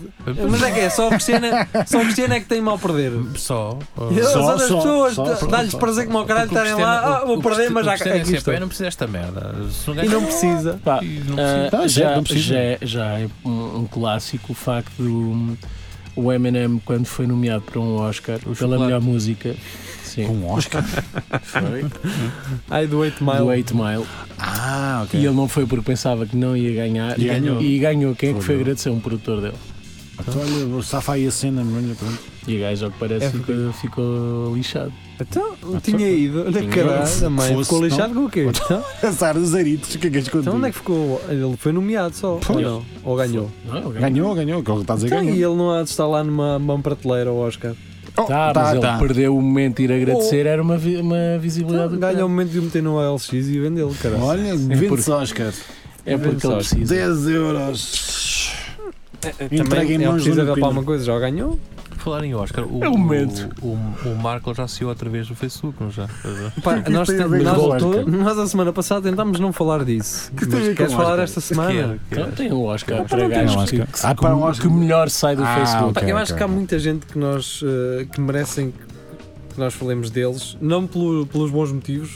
Speaker 2: Mas é que é, só o Cristiano é, só o Cristiano é que tem mal perder.
Speaker 5: Só.
Speaker 2: Eu,
Speaker 5: eh,
Speaker 2: as
Speaker 3: Só,
Speaker 2: outras
Speaker 3: só,
Speaker 2: pessoas,
Speaker 3: só, só,
Speaker 2: dá-lhes
Speaker 3: só,
Speaker 2: prazer como ao caralho
Speaker 5: porque o
Speaker 2: estarem
Speaker 5: Cristiano-
Speaker 2: lá, ah,
Speaker 5: o-
Speaker 2: vou
Speaker 5: o
Speaker 2: perder,
Speaker 5: Cristiano-
Speaker 2: mas
Speaker 5: o
Speaker 2: já
Speaker 5: Cristiano é
Speaker 2: aqui
Speaker 5: sempre, "Eu
Speaker 2: estou.
Speaker 5: não preciso desta merda. Se um não
Speaker 2: E
Speaker 5: ganhar,
Speaker 2: não precisa.
Speaker 4: Pá,
Speaker 5: E não
Speaker 4: ah,
Speaker 3: precisa. Tá, já-
Speaker 4: já,
Speaker 3: não precisa.
Speaker 4: já é- já é um, um clássico o facto do hum, o Eminem, quando foi nomeado para um Oscar pela
Speaker 5: chocolate.
Speaker 4: melhor música, sim,
Speaker 3: Um Oscar.
Speaker 4: foi,
Speaker 2: Ai, do 8
Speaker 4: do
Speaker 2: Mile.
Speaker 4: 8 Mile,
Speaker 3: Ah,
Speaker 4: e ele
Speaker 3: ok.
Speaker 4: não foi porque pensava que não ia ganhar
Speaker 3: E ganhou.
Speaker 4: E ganhou. Quem é que
Speaker 3: Foi
Speaker 4: foi
Speaker 3: ele.
Speaker 4: agradecer? Um produtor dele.
Speaker 3: Então, olha, safa aí a cena, olha, pronto.
Speaker 4: E o gajo, ao que parece,
Speaker 2: É
Speaker 4: ficou, ficou lixado.
Speaker 3: Ah,
Speaker 2: Então, tinha ido. Olha,
Speaker 4: Tinha
Speaker 2: caralho,
Speaker 3: ido.
Speaker 2: a mãe
Speaker 3: Fosse,
Speaker 2: ficou
Speaker 3: não.
Speaker 2: lixado com o quê? Então,
Speaker 3: Azar os aritos, o que é que és
Speaker 2: então
Speaker 3: contigo?
Speaker 2: onde é que ficou? Ele foi nomeado só, ou
Speaker 3: Pois.
Speaker 2: não? Ou ganhou?
Speaker 4: Não, ele
Speaker 3: Ganhou, ganhou, que ele está a dizer
Speaker 2: Então, e
Speaker 3: ganhou.
Speaker 2: ele não há de estar lá numa, numa prateleira, o Oscar.
Speaker 3: Oh,
Speaker 4: Tá, mas ele perdeu o momento de ir agradecer, era uma, vi- uma
Speaker 2: Então,
Speaker 4: visibilidade
Speaker 2: ganha
Speaker 4: do
Speaker 2: o
Speaker 4: caralho.
Speaker 2: momento de o meter no LX e vendê-lo, caralho.
Speaker 3: Olha,
Speaker 4: É porque-
Speaker 3: 20 Oscar,
Speaker 4: É porque ele precisa.
Speaker 3: 10 euros. Entregue
Speaker 2: Também
Speaker 3: em
Speaker 2: é
Speaker 3: mãos de
Speaker 2: preciso
Speaker 3: Nuno
Speaker 2: rapar
Speaker 3: Pino.
Speaker 2: uma coisa, já o ganhou.
Speaker 5: Falar em Oscar, o,
Speaker 4: É o momento.
Speaker 5: o, o, o Marco já saiu outra vez do Facebook, não já?
Speaker 2: Pá,
Speaker 3: que
Speaker 2: nós,
Speaker 3: tem a
Speaker 2: tem-
Speaker 3: ver
Speaker 2: nós-
Speaker 4: com o Oscar?
Speaker 2: nós a semana passada tentámos não falar disso.
Speaker 3: tem a
Speaker 2: Mas
Speaker 3: ver com
Speaker 2: queres
Speaker 3: o
Speaker 2: falar
Speaker 3: Oscar? é?
Speaker 2: esta
Speaker 5: é,
Speaker 2: semana?
Speaker 4: Então tem o Oscar
Speaker 3: Ah,
Speaker 4: para
Speaker 3: não tem
Speaker 4: gajo
Speaker 3: o
Speaker 4: que,
Speaker 3: Oscar.
Speaker 4: que,
Speaker 3: Ah, para o Oscar.
Speaker 4: que melhor sai do
Speaker 3: Ah,
Speaker 4: Facebook.
Speaker 2: Pá,
Speaker 3: Ok,
Speaker 2: eu acho
Speaker 3: ok,
Speaker 2: que há
Speaker 3: ok.
Speaker 2: muita gente que nós eh, que merecem que nós falemos deles, não pelo- pelos bons motivos,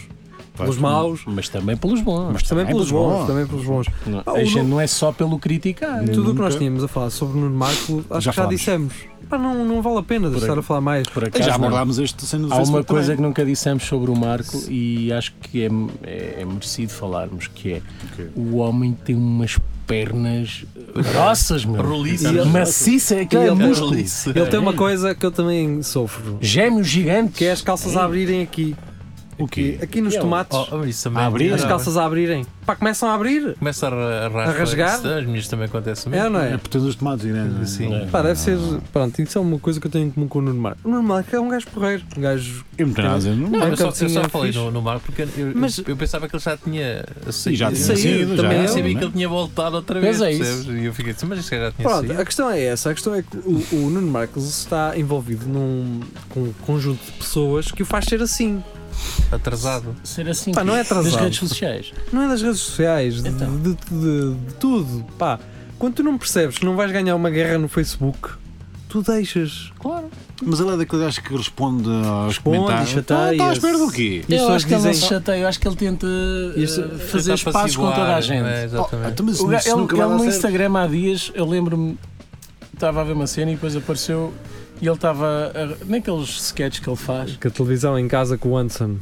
Speaker 2: pelos maus,
Speaker 4: Mas também pelos bons.
Speaker 3: Mas
Speaker 2: também pelos bons, também pelos bons.
Speaker 4: Não,
Speaker 2: Ah, o
Speaker 4: a gente
Speaker 2: do-
Speaker 4: não é só pelo criticar.
Speaker 3: Não.
Speaker 2: Tudo o que nós
Speaker 3: nunca-
Speaker 2: tínhamos a falar sobre o Nuno Marco, acho
Speaker 3: Já
Speaker 2: que já
Speaker 3: falámos.
Speaker 2: dissemos. Pá, não, não vale a pena de
Speaker 4: Por
Speaker 2: estar
Speaker 4: aí.
Speaker 2: a falar mais.
Speaker 4: Por acaso,
Speaker 3: Já
Speaker 4: não.
Speaker 3: abordámos este sendo do
Speaker 4: Há uma
Speaker 3: Facebook
Speaker 4: coisa
Speaker 3: também.
Speaker 4: que nunca dissemos sobre o Marco e acho que é, é, é merecido falarmos, que é
Speaker 3: Ok.
Speaker 4: o homem tem umas pernas grossas, meu.
Speaker 5: Roliça.
Speaker 2: E ele-
Speaker 4: Maciça, aquilo
Speaker 2: E
Speaker 4: é
Speaker 2: ele-
Speaker 4: músculo.
Speaker 2: Ele tem uma coisa que eu também sofro,
Speaker 4: Gêmeos gigantes.
Speaker 2: que é as calças a abrirem aqui.
Speaker 3: O quê?
Speaker 2: Aqui nos
Speaker 4: Eu-
Speaker 2: tomates,
Speaker 5: Oh, oh, isso também
Speaker 3: A abrir?
Speaker 5: é
Speaker 2: as
Speaker 5: grave.
Speaker 2: calças a abrirem. Pá, começam a abrir.
Speaker 5: Começa a, ra-
Speaker 2: A rasgar?
Speaker 5: Isso, As minhas também acontece
Speaker 2: É ou
Speaker 5: mesmo.
Speaker 2: não
Speaker 3: É
Speaker 2: é?
Speaker 3: portanto os tomates, né?
Speaker 5: Sim.
Speaker 3: Não.
Speaker 2: Pá, deve ser. Pronto, isso é uma coisa que eu tenho em comum com o Nuno Marco. O Nuno Marco é um gajo porreiro. Um gajo.
Speaker 3: Eu não tenho nada a dizer. não.
Speaker 5: Não,
Speaker 2: Uma
Speaker 5: eu, só, eu
Speaker 2: cantinha
Speaker 5: só falei
Speaker 2: fixe.
Speaker 5: no, no Marco porque eu, eu-
Speaker 2: Mas-
Speaker 5: eu pensava que ele já tinha saído.
Speaker 3: já tinha
Speaker 5: Saído.
Speaker 3: saído,
Speaker 5: Também
Speaker 2: já.
Speaker 5: não sabia
Speaker 3: Não é?
Speaker 5: que ele tinha voltado outra vez.
Speaker 4: Mas é isso.
Speaker 5: percebes? E eu fiquei assim, mas este cara já tinha
Speaker 2: Pronto,
Speaker 5: saído.
Speaker 2: a questão é essa. A questão é que o, o Nuno Marcos está envolvido num com um conjunto de pessoas que o faz ser assim.
Speaker 5: Atrasado.
Speaker 4: Ser assim
Speaker 2: Pá, não é
Speaker 4: das
Speaker 2: atrasado.
Speaker 4: redes sociais.
Speaker 2: Não é das redes sociais, de,
Speaker 4: Então.
Speaker 2: de- de- de tudo. Pá, quando tu não percebes que não vais ganhar uma guerra no Facebook, tu deixas.
Speaker 4: Claro.
Speaker 3: Mas ele é daquele gajo que responde aos
Speaker 2: Responde,
Speaker 3: comentários.
Speaker 2: chateia-se.
Speaker 3: Está à espera do quê?
Speaker 2: E as
Speaker 4: Eu
Speaker 2: pessoas
Speaker 4: acho que é ele não se
Speaker 2: dizem-
Speaker 4: chateia, eu acho que ele tenta eh,
Speaker 2: Este-
Speaker 4: fazer
Speaker 5: Tentar
Speaker 4: espaços com toda a
Speaker 5: apaciguar,
Speaker 4: gente.
Speaker 5: não tá é?
Speaker 3: Oh,
Speaker 5: Exatamente.
Speaker 3: então, mas
Speaker 4: O ga-
Speaker 3: isso
Speaker 4: ele
Speaker 3: nunca
Speaker 4: ele
Speaker 3: vai dar
Speaker 4: no
Speaker 3: certo.
Speaker 4: Instagram há dias, eu lembro-me, estava a ver uma cena e depois apareceu e ele estava. a- Naqueles sketches que ele faz,
Speaker 2: Que a televisão em casa com o Anson.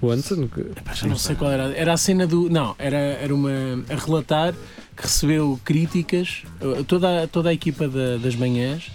Speaker 2: O Anson? que-
Speaker 4: Pá, já não sei qual era. Era a cena do. Não, era, era uma. a relatar que recebeu críticas, eh, toda, a- toda a equipa da- das manhãs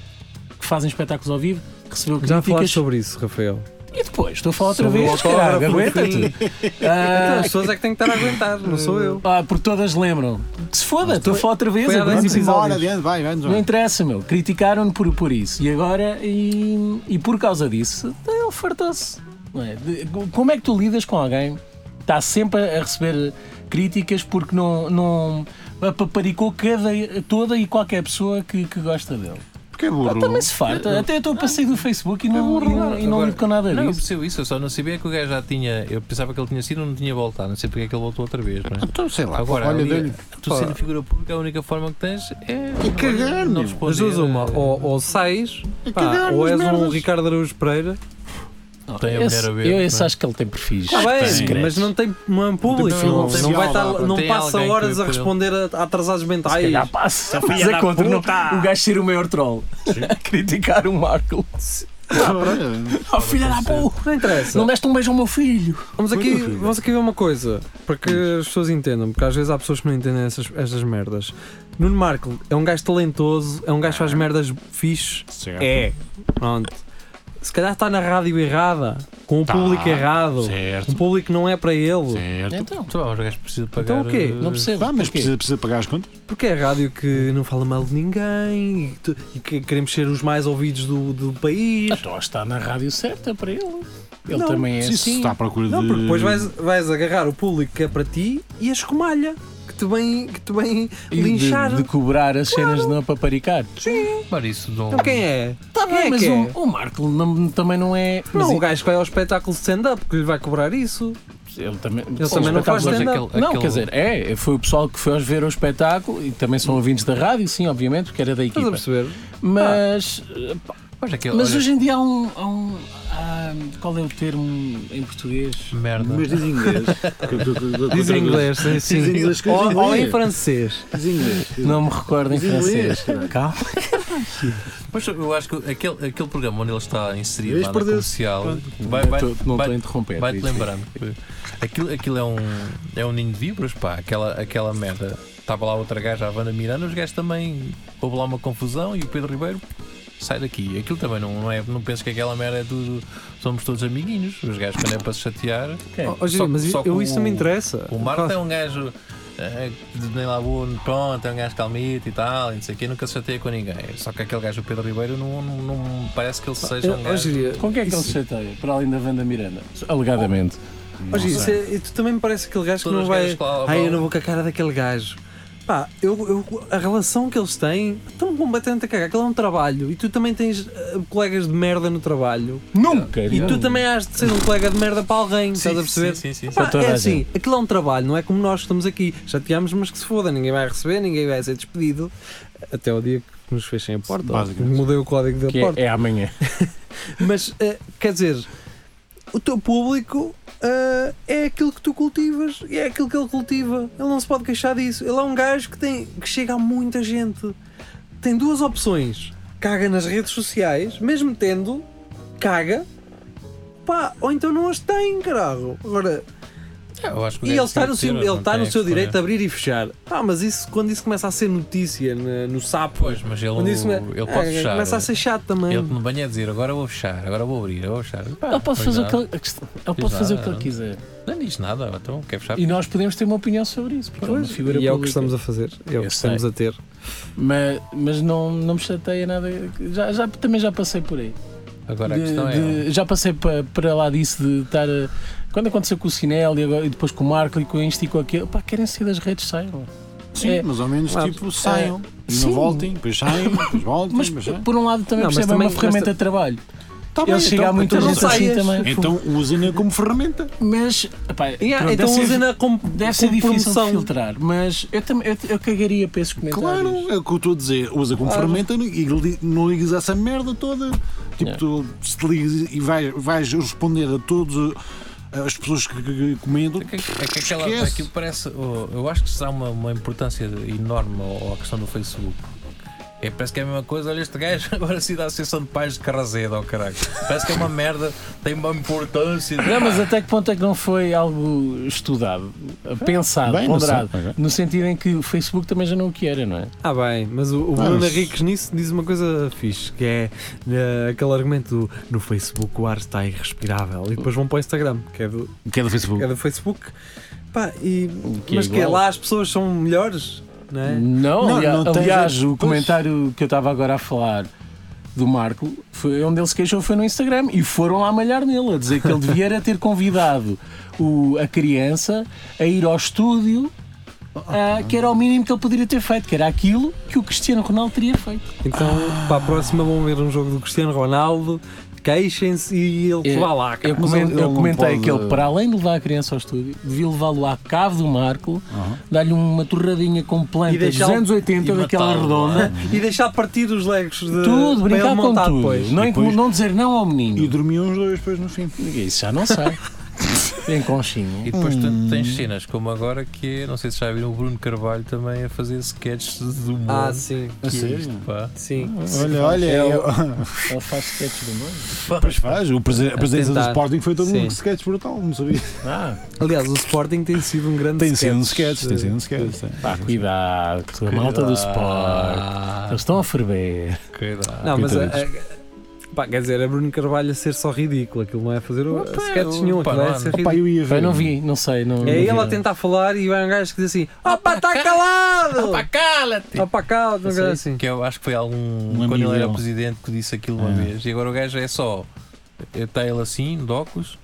Speaker 4: que fazem espetáculos ao vivo. Recebeu
Speaker 2: Já
Speaker 4: críticas
Speaker 2: falaste sobre isso, Rafael.
Speaker 4: e depois estou a falar outra
Speaker 2: Sobre o
Speaker 4: vez.
Speaker 2: autógrafo,
Speaker 4: caralho, aguenta-te.
Speaker 2: Então,
Speaker 4: Ah,
Speaker 2: as pessoas é que têm que estar a aguentar, não sou eu.
Speaker 4: Ah, porque todas lembram. Que se foda, estou a falar outra vez.
Speaker 2: foi há
Speaker 4: aguenta-te.
Speaker 2: dez
Speaker 3: Vamos embora,
Speaker 2: episódios.
Speaker 3: adiante, vai, vai,
Speaker 4: Não
Speaker 3: vai.
Speaker 4: interessa, meu. Criticaram-no por, por isso. E agora, e, e por causa disso, ele fartou-se. não é? De- Como é que tu lidas com alguém que está sempre a receber críticas porque não, não paparicou cada, toda e qualquer pessoa que, que gosta dele?
Speaker 3: Porque é
Speaker 4: Ah, também
Speaker 3: burro.
Speaker 4: se farta. Até eu estou a sair do Facebook e não, e não, e não
Speaker 5: Agora-
Speaker 4: lido com nada
Speaker 5: Não, eu
Speaker 4: disso.
Speaker 5: percebo isso, eu só não sabia que o gajo já tinha. Eu pensava que ele tinha sido, não tinha voltado. Não sei porque é que ele voltou outra vez. Não é?
Speaker 3: Então sei lá.
Speaker 5: Agora,
Speaker 3: Olha,
Speaker 5: ali,
Speaker 3: deu-lhe.
Speaker 5: tu
Speaker 2: Pá.
Speaker 5: sendo figura pública, a única forma que tens é.
Speaker 3: E cagar, meu.
Speaker 5: não
Speaker 2: As
Speaker 5: responder.
Speaker 2: duas, uma,
Speaker 4: eh,
Speaker 2: ou, ou sais, pá,
Speaker 3: cagar
Speaker 2: ou
Speaker 3: nas
Speaker 2: és um
Speaker 3: merdas.
Speaker 2: Ricardo Araújo Pereira.
Speaker 4: Ah, Não,
Speaker 5: Tem a
Speaker 4: esse-
Speaker 5: mulher a ver,
Speaker 4: eu esse
Speaker 5: não é?
Speaker 4: acho que ele tem perfis.
Speaker 2: Está Tá bem,
Speaker 4: secretos.
Speaker 2: mas não tem não é um público,
Speaker 3: perfil
Speaker 2: não, não,
Speaker 3: oficial,
Speaker 2: vai estar,
Speaker 5: vá,
Speaker 2: não
Speaker 5: tem
Speaker 2: passa
Speaker 5: alguém que
Speaker 2: horas a
Speaker 5: por ele.
Speaker 2: responder a, a atrasados
Speaker 4: Se
Speaker 2: mentais.
Speaker 4: calhar passa. Mas é
Speaker 2: da
Speaker 4: contra não,
Speaker 2: puta.
Speaker 4: o gajo ser o maior troll. a criticar o Marco.
Speaker 3: Olha,
Speaker 4: Oh, filha da puta!
Speaker 2: Não interessa.
Speaker 4: Não deste um beijo ao meu filho!
Speaker 2: Vamos aqui, vamos aqui ver uma coisa, para que as pessoas entendam, porque às vezes há pessoas que não entendem essas, estas merdas. Nuno Marco é um gajo talentoso, é um gajo que faz merdas fixe.
Speaker 3: certo.
Speaker 2: É. Pronto. Se calhar está na rádio errada, com o
Speaker 3: Tá,
Speaker 2: público errado.
Speaker 3: Certo.
Speaker 2: Um público que não é para ele.
Speaker 3: Certo.
Speaker 4: Então,
Speaker 5: Tu, ah, mas o gajo precisa pagar.
Speaker 2: Então o quê?
Speaker 5: eh,
Speaker 4: não percebo.
Speaker 3: Vá, mas
Speaker 4: Porquê?
Speaker 3: precisa, precisa pagar as contas?
Speaker 2: Porque é a rádio que não fala mal de ninguém e, tu- e que queremos ser os mais ouvidos do, do país.
Speaker 4: Então está na rádio certa para ele. Ele
Speaker 2: Não,
Speaker 4: também é
Speaker 3: Se isso
Speaker 4: assim.
Speaker 3: está à procura
Speaker 2: Não,
Speaker 3: de.
Speaker 2: porque depois vais, vais agarrar o público que é para ti e a escumalha que te vem, que te vem
Speaker 4: E de,
Speaker 2: linchar.
Speaker 4: de cobrar as cenas de não paparicar.
Speaker 5: Mas isso não.
Speaker 2: Então quem é?
Speaker 4: Está
Speaker 2: Quem é
Speaker 4: Tá bem, mas
Speaker 2: que
Speaker 4: o,
Speaker 2: é?
Speaker 4: o Marco não- também não é. mas
Speaker 2: Não, o
Speaker 4: ele-
Speaker 2: gajo que vai ao espetáculo de stand-up que lhe vai cobrar isso.
Speaker 4: ele também,
Speaker 2: Ele também não faz
Speaker 5: Mas
Speaker 2: stand-up.
Speaker 5: aquele-
Speaker 4: Não,
Speaker 5: aquele-
Speaker 4: quer dizer, é, foi o pessoal que foi ver o espetáculo e também são ouvintes da rádio, sim, obviamente, porque era da
Speaker 2: Estás a
Speaker 4: equipa.
Speaker 2: perceber?
Speaker 4: Mas, eh,
Speaker 5: Mas, aquele,
Speaker 4: mas
Speaker 5: olha,
Speaker 4: hoje em dia há um. Há um há- qual é o termo em português?
Speaker 5: Merda.
Speaker 3: Mas diz inglês.
Speaker 2: Diz em inglês, sim.
Speaker 3: Diz em inglês,
Speaker 2: sim.
Speaker 3: diz em
Speaker 2: Ou, ou em
Speaker 3: inglês.
Speaker 2: francês.
Speaker 3: Diz inglês.
Speaker 4: Não me recordo em
Speaker 3: Diz
Speaker 4: francês.
Speaker 3: inglês, caralho.
Speaker 4: Calma.
Speaker 5: Mas eu acho que aquele, aquele programa onde ele está inserido
Speaker 3: Vês,
Speaker 5: lá na
Speaker 3: perdeu-se.
Speaker 5: comercial vai,
Speaker 4: Vai,
Speaker 5: vai,
Speaker 4: não estou a
Speaker 5: vai,
Speaker 4: interromper.
Speaker 5: vai-te lembrando. Aquilo, aquilo é, um, é um ninho de víboras, pá. Aquela, aquela merda. Estava lá outra gaja, a Wanda Miranda. Os gajos também. Houve lá uma confusão e o Pedro Ribeiro sai daqui. Aquilo também não, não é. Não penso que aquela merda é tudo. Somos todos amiguinhos. Os gajos, quando é para se chatear.
Speaker 2: Ó, ó, Gil,
Speaker 5: É, Só-
Speaker 2: mas
Speaker 5: só
Speaker 2: eu,
Speaker 5: com
Speaker 2: isso não me
Speaker 5: o-
Speaker 2: interessa.
Speaker 5: O Marco é um gajo eh, que nem lá vou, pronto, é um gajo calmito e tal, e não sei o quê, nunca se chateia com ninguém. Só que aquele gajo, o Pedro Ribeiro, não, não, não parece que ele seja
Speaker 2: Eu-
Speaker 5: um
Speaker 2: ó,
Speaker 5: gajo.
Speaker 2: Gil,
Speaker 4: Com quem é que ele se chateia? Para além da Wanda Miranda? Alegadamente.
Speaker 2: Ó, Gil, isso é- e tu também me parece aquele gajo que
Speaker 5: Todas
Speaker 2: não
Speaker 5: as
Speaker 2: vai.
Speaker 5: gajas que lá
Speaker 2: Ai, eu
Speaker 5: vão."
Speaker 2: não vou com a cara daquele gajo. Pá, eu, eu- a relação que eles têm, estão completamente a cagar. Aquilo é um trabalho e tu também tens eh, colegas de merda no trabalho
Speaker 4: Nunca!
Speaker 2: e tu também has de ser um colega de merda para alguém, estás a perceber?
Speaker 5: Sim, sim, sim.
Speaker 2: Pá,
Speaker 4: Para toda
Speaker 2: é
Speaker 4: a
Speaker 2: assim, aquilo é um trabalho, não é como nós que estamos aqui. Chateamos, mas que se foda, ninguém vai receber, ninguém vai ser despedido até ao dia que nos fechem a porta. ou
Speaker 3: Basicamente.
Speaker 2: Mudei o código da
Speaker 4: Que
Speaker 2: porta.
Speaker 4: é, é amanhã.
Speaker 2: Mas, eh, quer dizer, o teu público eh, é aquilo que tu cultivas e é aquilo que ele cultiva. Ele não se pode queixar disso. Ele é um gajo que, tem, que chega a muita gente. Tem duas opções. Caga nas redes sociais, mesmo tendo, caga. Pá, ou então não as tem, caralho. Agora,
Speaker 5: Eu acho que o
Speaker 2: E ele
Speaker 5: gajo
Speaker 2: está
Speaker 5: tem
Speaker 2: no,
Speaker 5: que ter,
Speaker 2: seu- ele
Speaker 5: não
Speaker 2: está
Speaker 5: tem
Speaker 2: no
Speaker 5: que
Speaker 2: seu
Speaker 5: escolher.
Speaker 4: é?
Speaker 2: direito a abrir e fechar. Ah, mas isso, quando isso começa a ser notícia na- no sapo,
Speaker 5: Pois, mas ele,
Speaker 2: quando isso come-
Speaker 5: ele
Speaker 2: ah,
Speaker 5: pode fechar.
Speaker 2: começa um- a ser chato também.
Speaker 5: Ele não venha dizer agora vou fechar, agora vou abrir, agora vou fechar. Pá,
Speaker 4: Ele pode
Speaker 5: pois
Speaker 4: fazer o
Speaker 5: não.
Speaker 4: que ele, ele,
Speaker 5: Pois
Speaker 4: pode fazer o que
Speaker 5: nada.
Speaker 4: ele quiser.
Speaker 5: Não diz nada, então quer fechar.
Speaker 4: E nós podemos ter uma opinião sobre isso, porque é uma
Speaker 2: Pois,
Speaker 4: figura
Speaker 2: e é o que
Speaker 4: pública.
Speaker 2: estamos a fazer, é o
Speaker 4: Eu
Speaker 2: que estamos
Speaker 4: sei.
Speaker 2: a ter.
Speaker 4: Mas, mas não, não me chateia nada. Já, já- também já passei por aí.
Speaker 5: Agora a
Speaker 4: De-
Speaker 5: questão é.
Speaker 4: de- Já passei pa- para lá disso de estar. a- Quando aconteceu com o Cinelli e agora- e depois com o Marco e com este e com aquele, pá, querem sair das redes, saiam.
Speaker 3: Sim,
Speaker 4: É.
Speaker 3: mas ao menos
Speaker 2: Ah,
Speaker 3: tipo saiam e não
Speaker 4: sim.
Speaker 3: voltem, depois saem, depois voltem,
Speaker 4: Mas
Speaker 3: depois saem.
Speaker 4: por um lado também
Speaker 2: Não, mas
Speaker 4: percebem
Speaker 2: também-
Speaker 4: uma ferramenta de trabalho.
Speaker 3: Tá
Speaker 4: Ele chega a muita
Speaker 2: então não
Speaker 4: gente assim
Speaker 2: saias.
Speaker 4: também.
Speaker 3: Então usem-na como ferramenta.
Speaker 4: Mas, epá, pronto,
Speaker 2: então
Speaker 4: deve ser,
Speaker 2: usem-na como,
Speaker 4: deve ser
Speaker 2: como
Speaker 4: difícil de
Speaker 2: promoção.
Speaker 4: filtrar, mas eu, também, eu, eu cagaria para esses comentários.
Speaker 3: Claro, é o que eu estou a dizer. Usa como
Speaker 2: Claro.
Speaker 3: ferramenta e li- não ligues a essa merda toda. Tipo,
Speaker 4: Yeah.
Speaker 3: tu se te ligas e vais, vais responder a todos eh, as pessoas que, que- que comentam.
Speaker 5: É que, é que aquela,
Speaker 3: Esquece.
Speaker 5: aquilo parece. oh, Eu acho que será uma, uma importância enorme ao- à questão do Facebook. É, parece que é a mesma coisa, olha este gajo agora se da Associação de Pais de Carrazeda, oh caralho. Parece que é uma merda, tem uma importância.
Speaker 4: Não, mas até que ponto é que não foi algo estudado, pensado,
Speaker 3: Bem, não sei.
Speaker 4: ponderado?
Speaker 3: Ok.
Speaker 4: No sentido em que o Facebook também já não o que era, não é?
Speaker 2: Ah, bem, mas o, o
Speaker 3: Ah,
Speaker 2: Bruno
Speaker 3: mas-
Speaker 2: Henriques nisso diz uma coisa fixe, que é eh, aquele argumento do no Facebook o ar está irrespirável e depois vão para o Instagram, que é do,
Speaker 3: Que é do
Speaker 2: que
Speaker 3: Facebook.
Speaker 2: é do Facebook. Pá, e,
Speaker 4: Que é
Speaker 2: mas que é
Speaker 4: igual.
Speaker 2: lá as pessoas são melhores, não é?
Speaker 4: Não,
Speaker 3: Não,
Speaker 4: alia-
Speaker 3: não tens
Speaker 4: aliás,
Speaker 3: a-
Speaker 4: o comentário que eu estava agora a falar do Marco, foi onde ele se queixou foi no Instagram e foram lá malhar nele, a dizer que ele devia era ter convidado o, a criança a ir ao estúdio, ah, que era o mínimo que ele poderia ter feito, que era aquilo que o Cristiano Ronaldo teria feito.
Speaker 2: Então, para a próxima vão ver um jogo do Cristiano Ronaldo, queixem-se e ele
Speaker 4: Eu-
Speaker 2: vá lá.
Speaker 4: Eu,
Speaker 2: cara.
Speaker 3: Mas
Speaker 4: comen-
Speaker 3: ele- ele
Speaker 4: eu
Speaker 3: não
Speaker 4: comentei
Speaker 3: pode-
Speaker 4: que ele, para além de levar a criança ao estúdio, devia levá-lo à cave do Marco, dar-lhe uma torradinha com
Speaker 2: E
Speaker 4: plantas dos
Speaker 2: deixá-lo-
Speaker 4: anos 80,
Speaker 5: e
Speaker 4: daquela
Speaker 5: matá-lo lá.
Speaker 3: é?
Speaker 4: redonda,
Speaker 2: E deixar partir os legos de,
Speaker 4: tudo,
Speaker 2: para
Speaker 4: brincar
Speaker 2: ele
Speaker 4: com
Speaker 2: montar
Speaker 4: tudo.
Speaker 2: depois.
Speaker 4: Não, é?
Speaker 3: E depois-
Speaker 4: não dizer não ao menino.
Speaker 3: E dormiam os dois depois no fim.
Speaker 4: Isso já não sei. Bem conchinha.
Speaker 5: E depois
Speaker 3: Hum.
Speaker 5: tu tens cenas como agora que é, não sei se já viram o Bruno Carvalho também a fazer sketches do humor.
Speaker 2: Ah, sim,
Speaker 5: Que é
Speaker 3: sério?
Speaker 5: isto, pá.
Speaker 2: sim.
Speaker 3: Olha, olha,
Speaker 4: É o-
Speaker 3: eu-
Speaker 4: Ele faz sketches do mundo.
Speaker 3: pois faz. O prese- a presença do
Speaker 2: tentar.
Speaker 3: Sporting foi todo
Speaker 2: Sim.
Speaker 3: um sketch brutal, não sabia.
Speaker 4: Ah,
Speaker 2: Aliás, o Sporting tem sido um grande
Speaker 3: Tem sido um
Speaker 2: sketch.
Speaker 3: sketch, tem sido um sketch. sim.
Speaker 4: pá, cuidado, a malta do Sport. Eles estão a ferver.
Speaker 5: Cuidado.
Speaker 2: Não, mas a-
Speaker 3: Coitadinhos.
Speaker 2: a- pá, quer dizer, é Bruno Carvalho a ser só ridículo, aquilo não é fazer o-
Speaker 5: Opa,
Speaker 2: sketch nenhum,
Speaker 5: opa,
Speaker 2: aquilo é
Speaker 5: não,
Speaker 2: ser
Speaker 3: Opa,
Speaker 2: ridículo.
Speaker 3: eu ia ver.
Speaker 4: Eu não vi, não sei. Não, não
Speaker 2: É
Speaker 4: vi
Speaker 2: ele a
Speaker 4: nada.
Speaker 2: tentar falar e vai um gajo que diz assim: Opa, está calado!
Speaker 5: Opa, cala-te!
Speaker 2: Opa, calado! Uma
Speaker 4: Eu
Speaker 2: coisa
Speaker 4: sei.
Speaker 2: assim.
Speaker 5: Que eu acho que foi algum.
Speaker 3: Um amigo
Speaker 5: quando ele era
Speaker 3: dele.
Speaker 5: presidente que disse aquilo uma
Speaker 3: Ah.
Speaker 5: vez. E agora o gajo é só. Está ele assim, de óculos.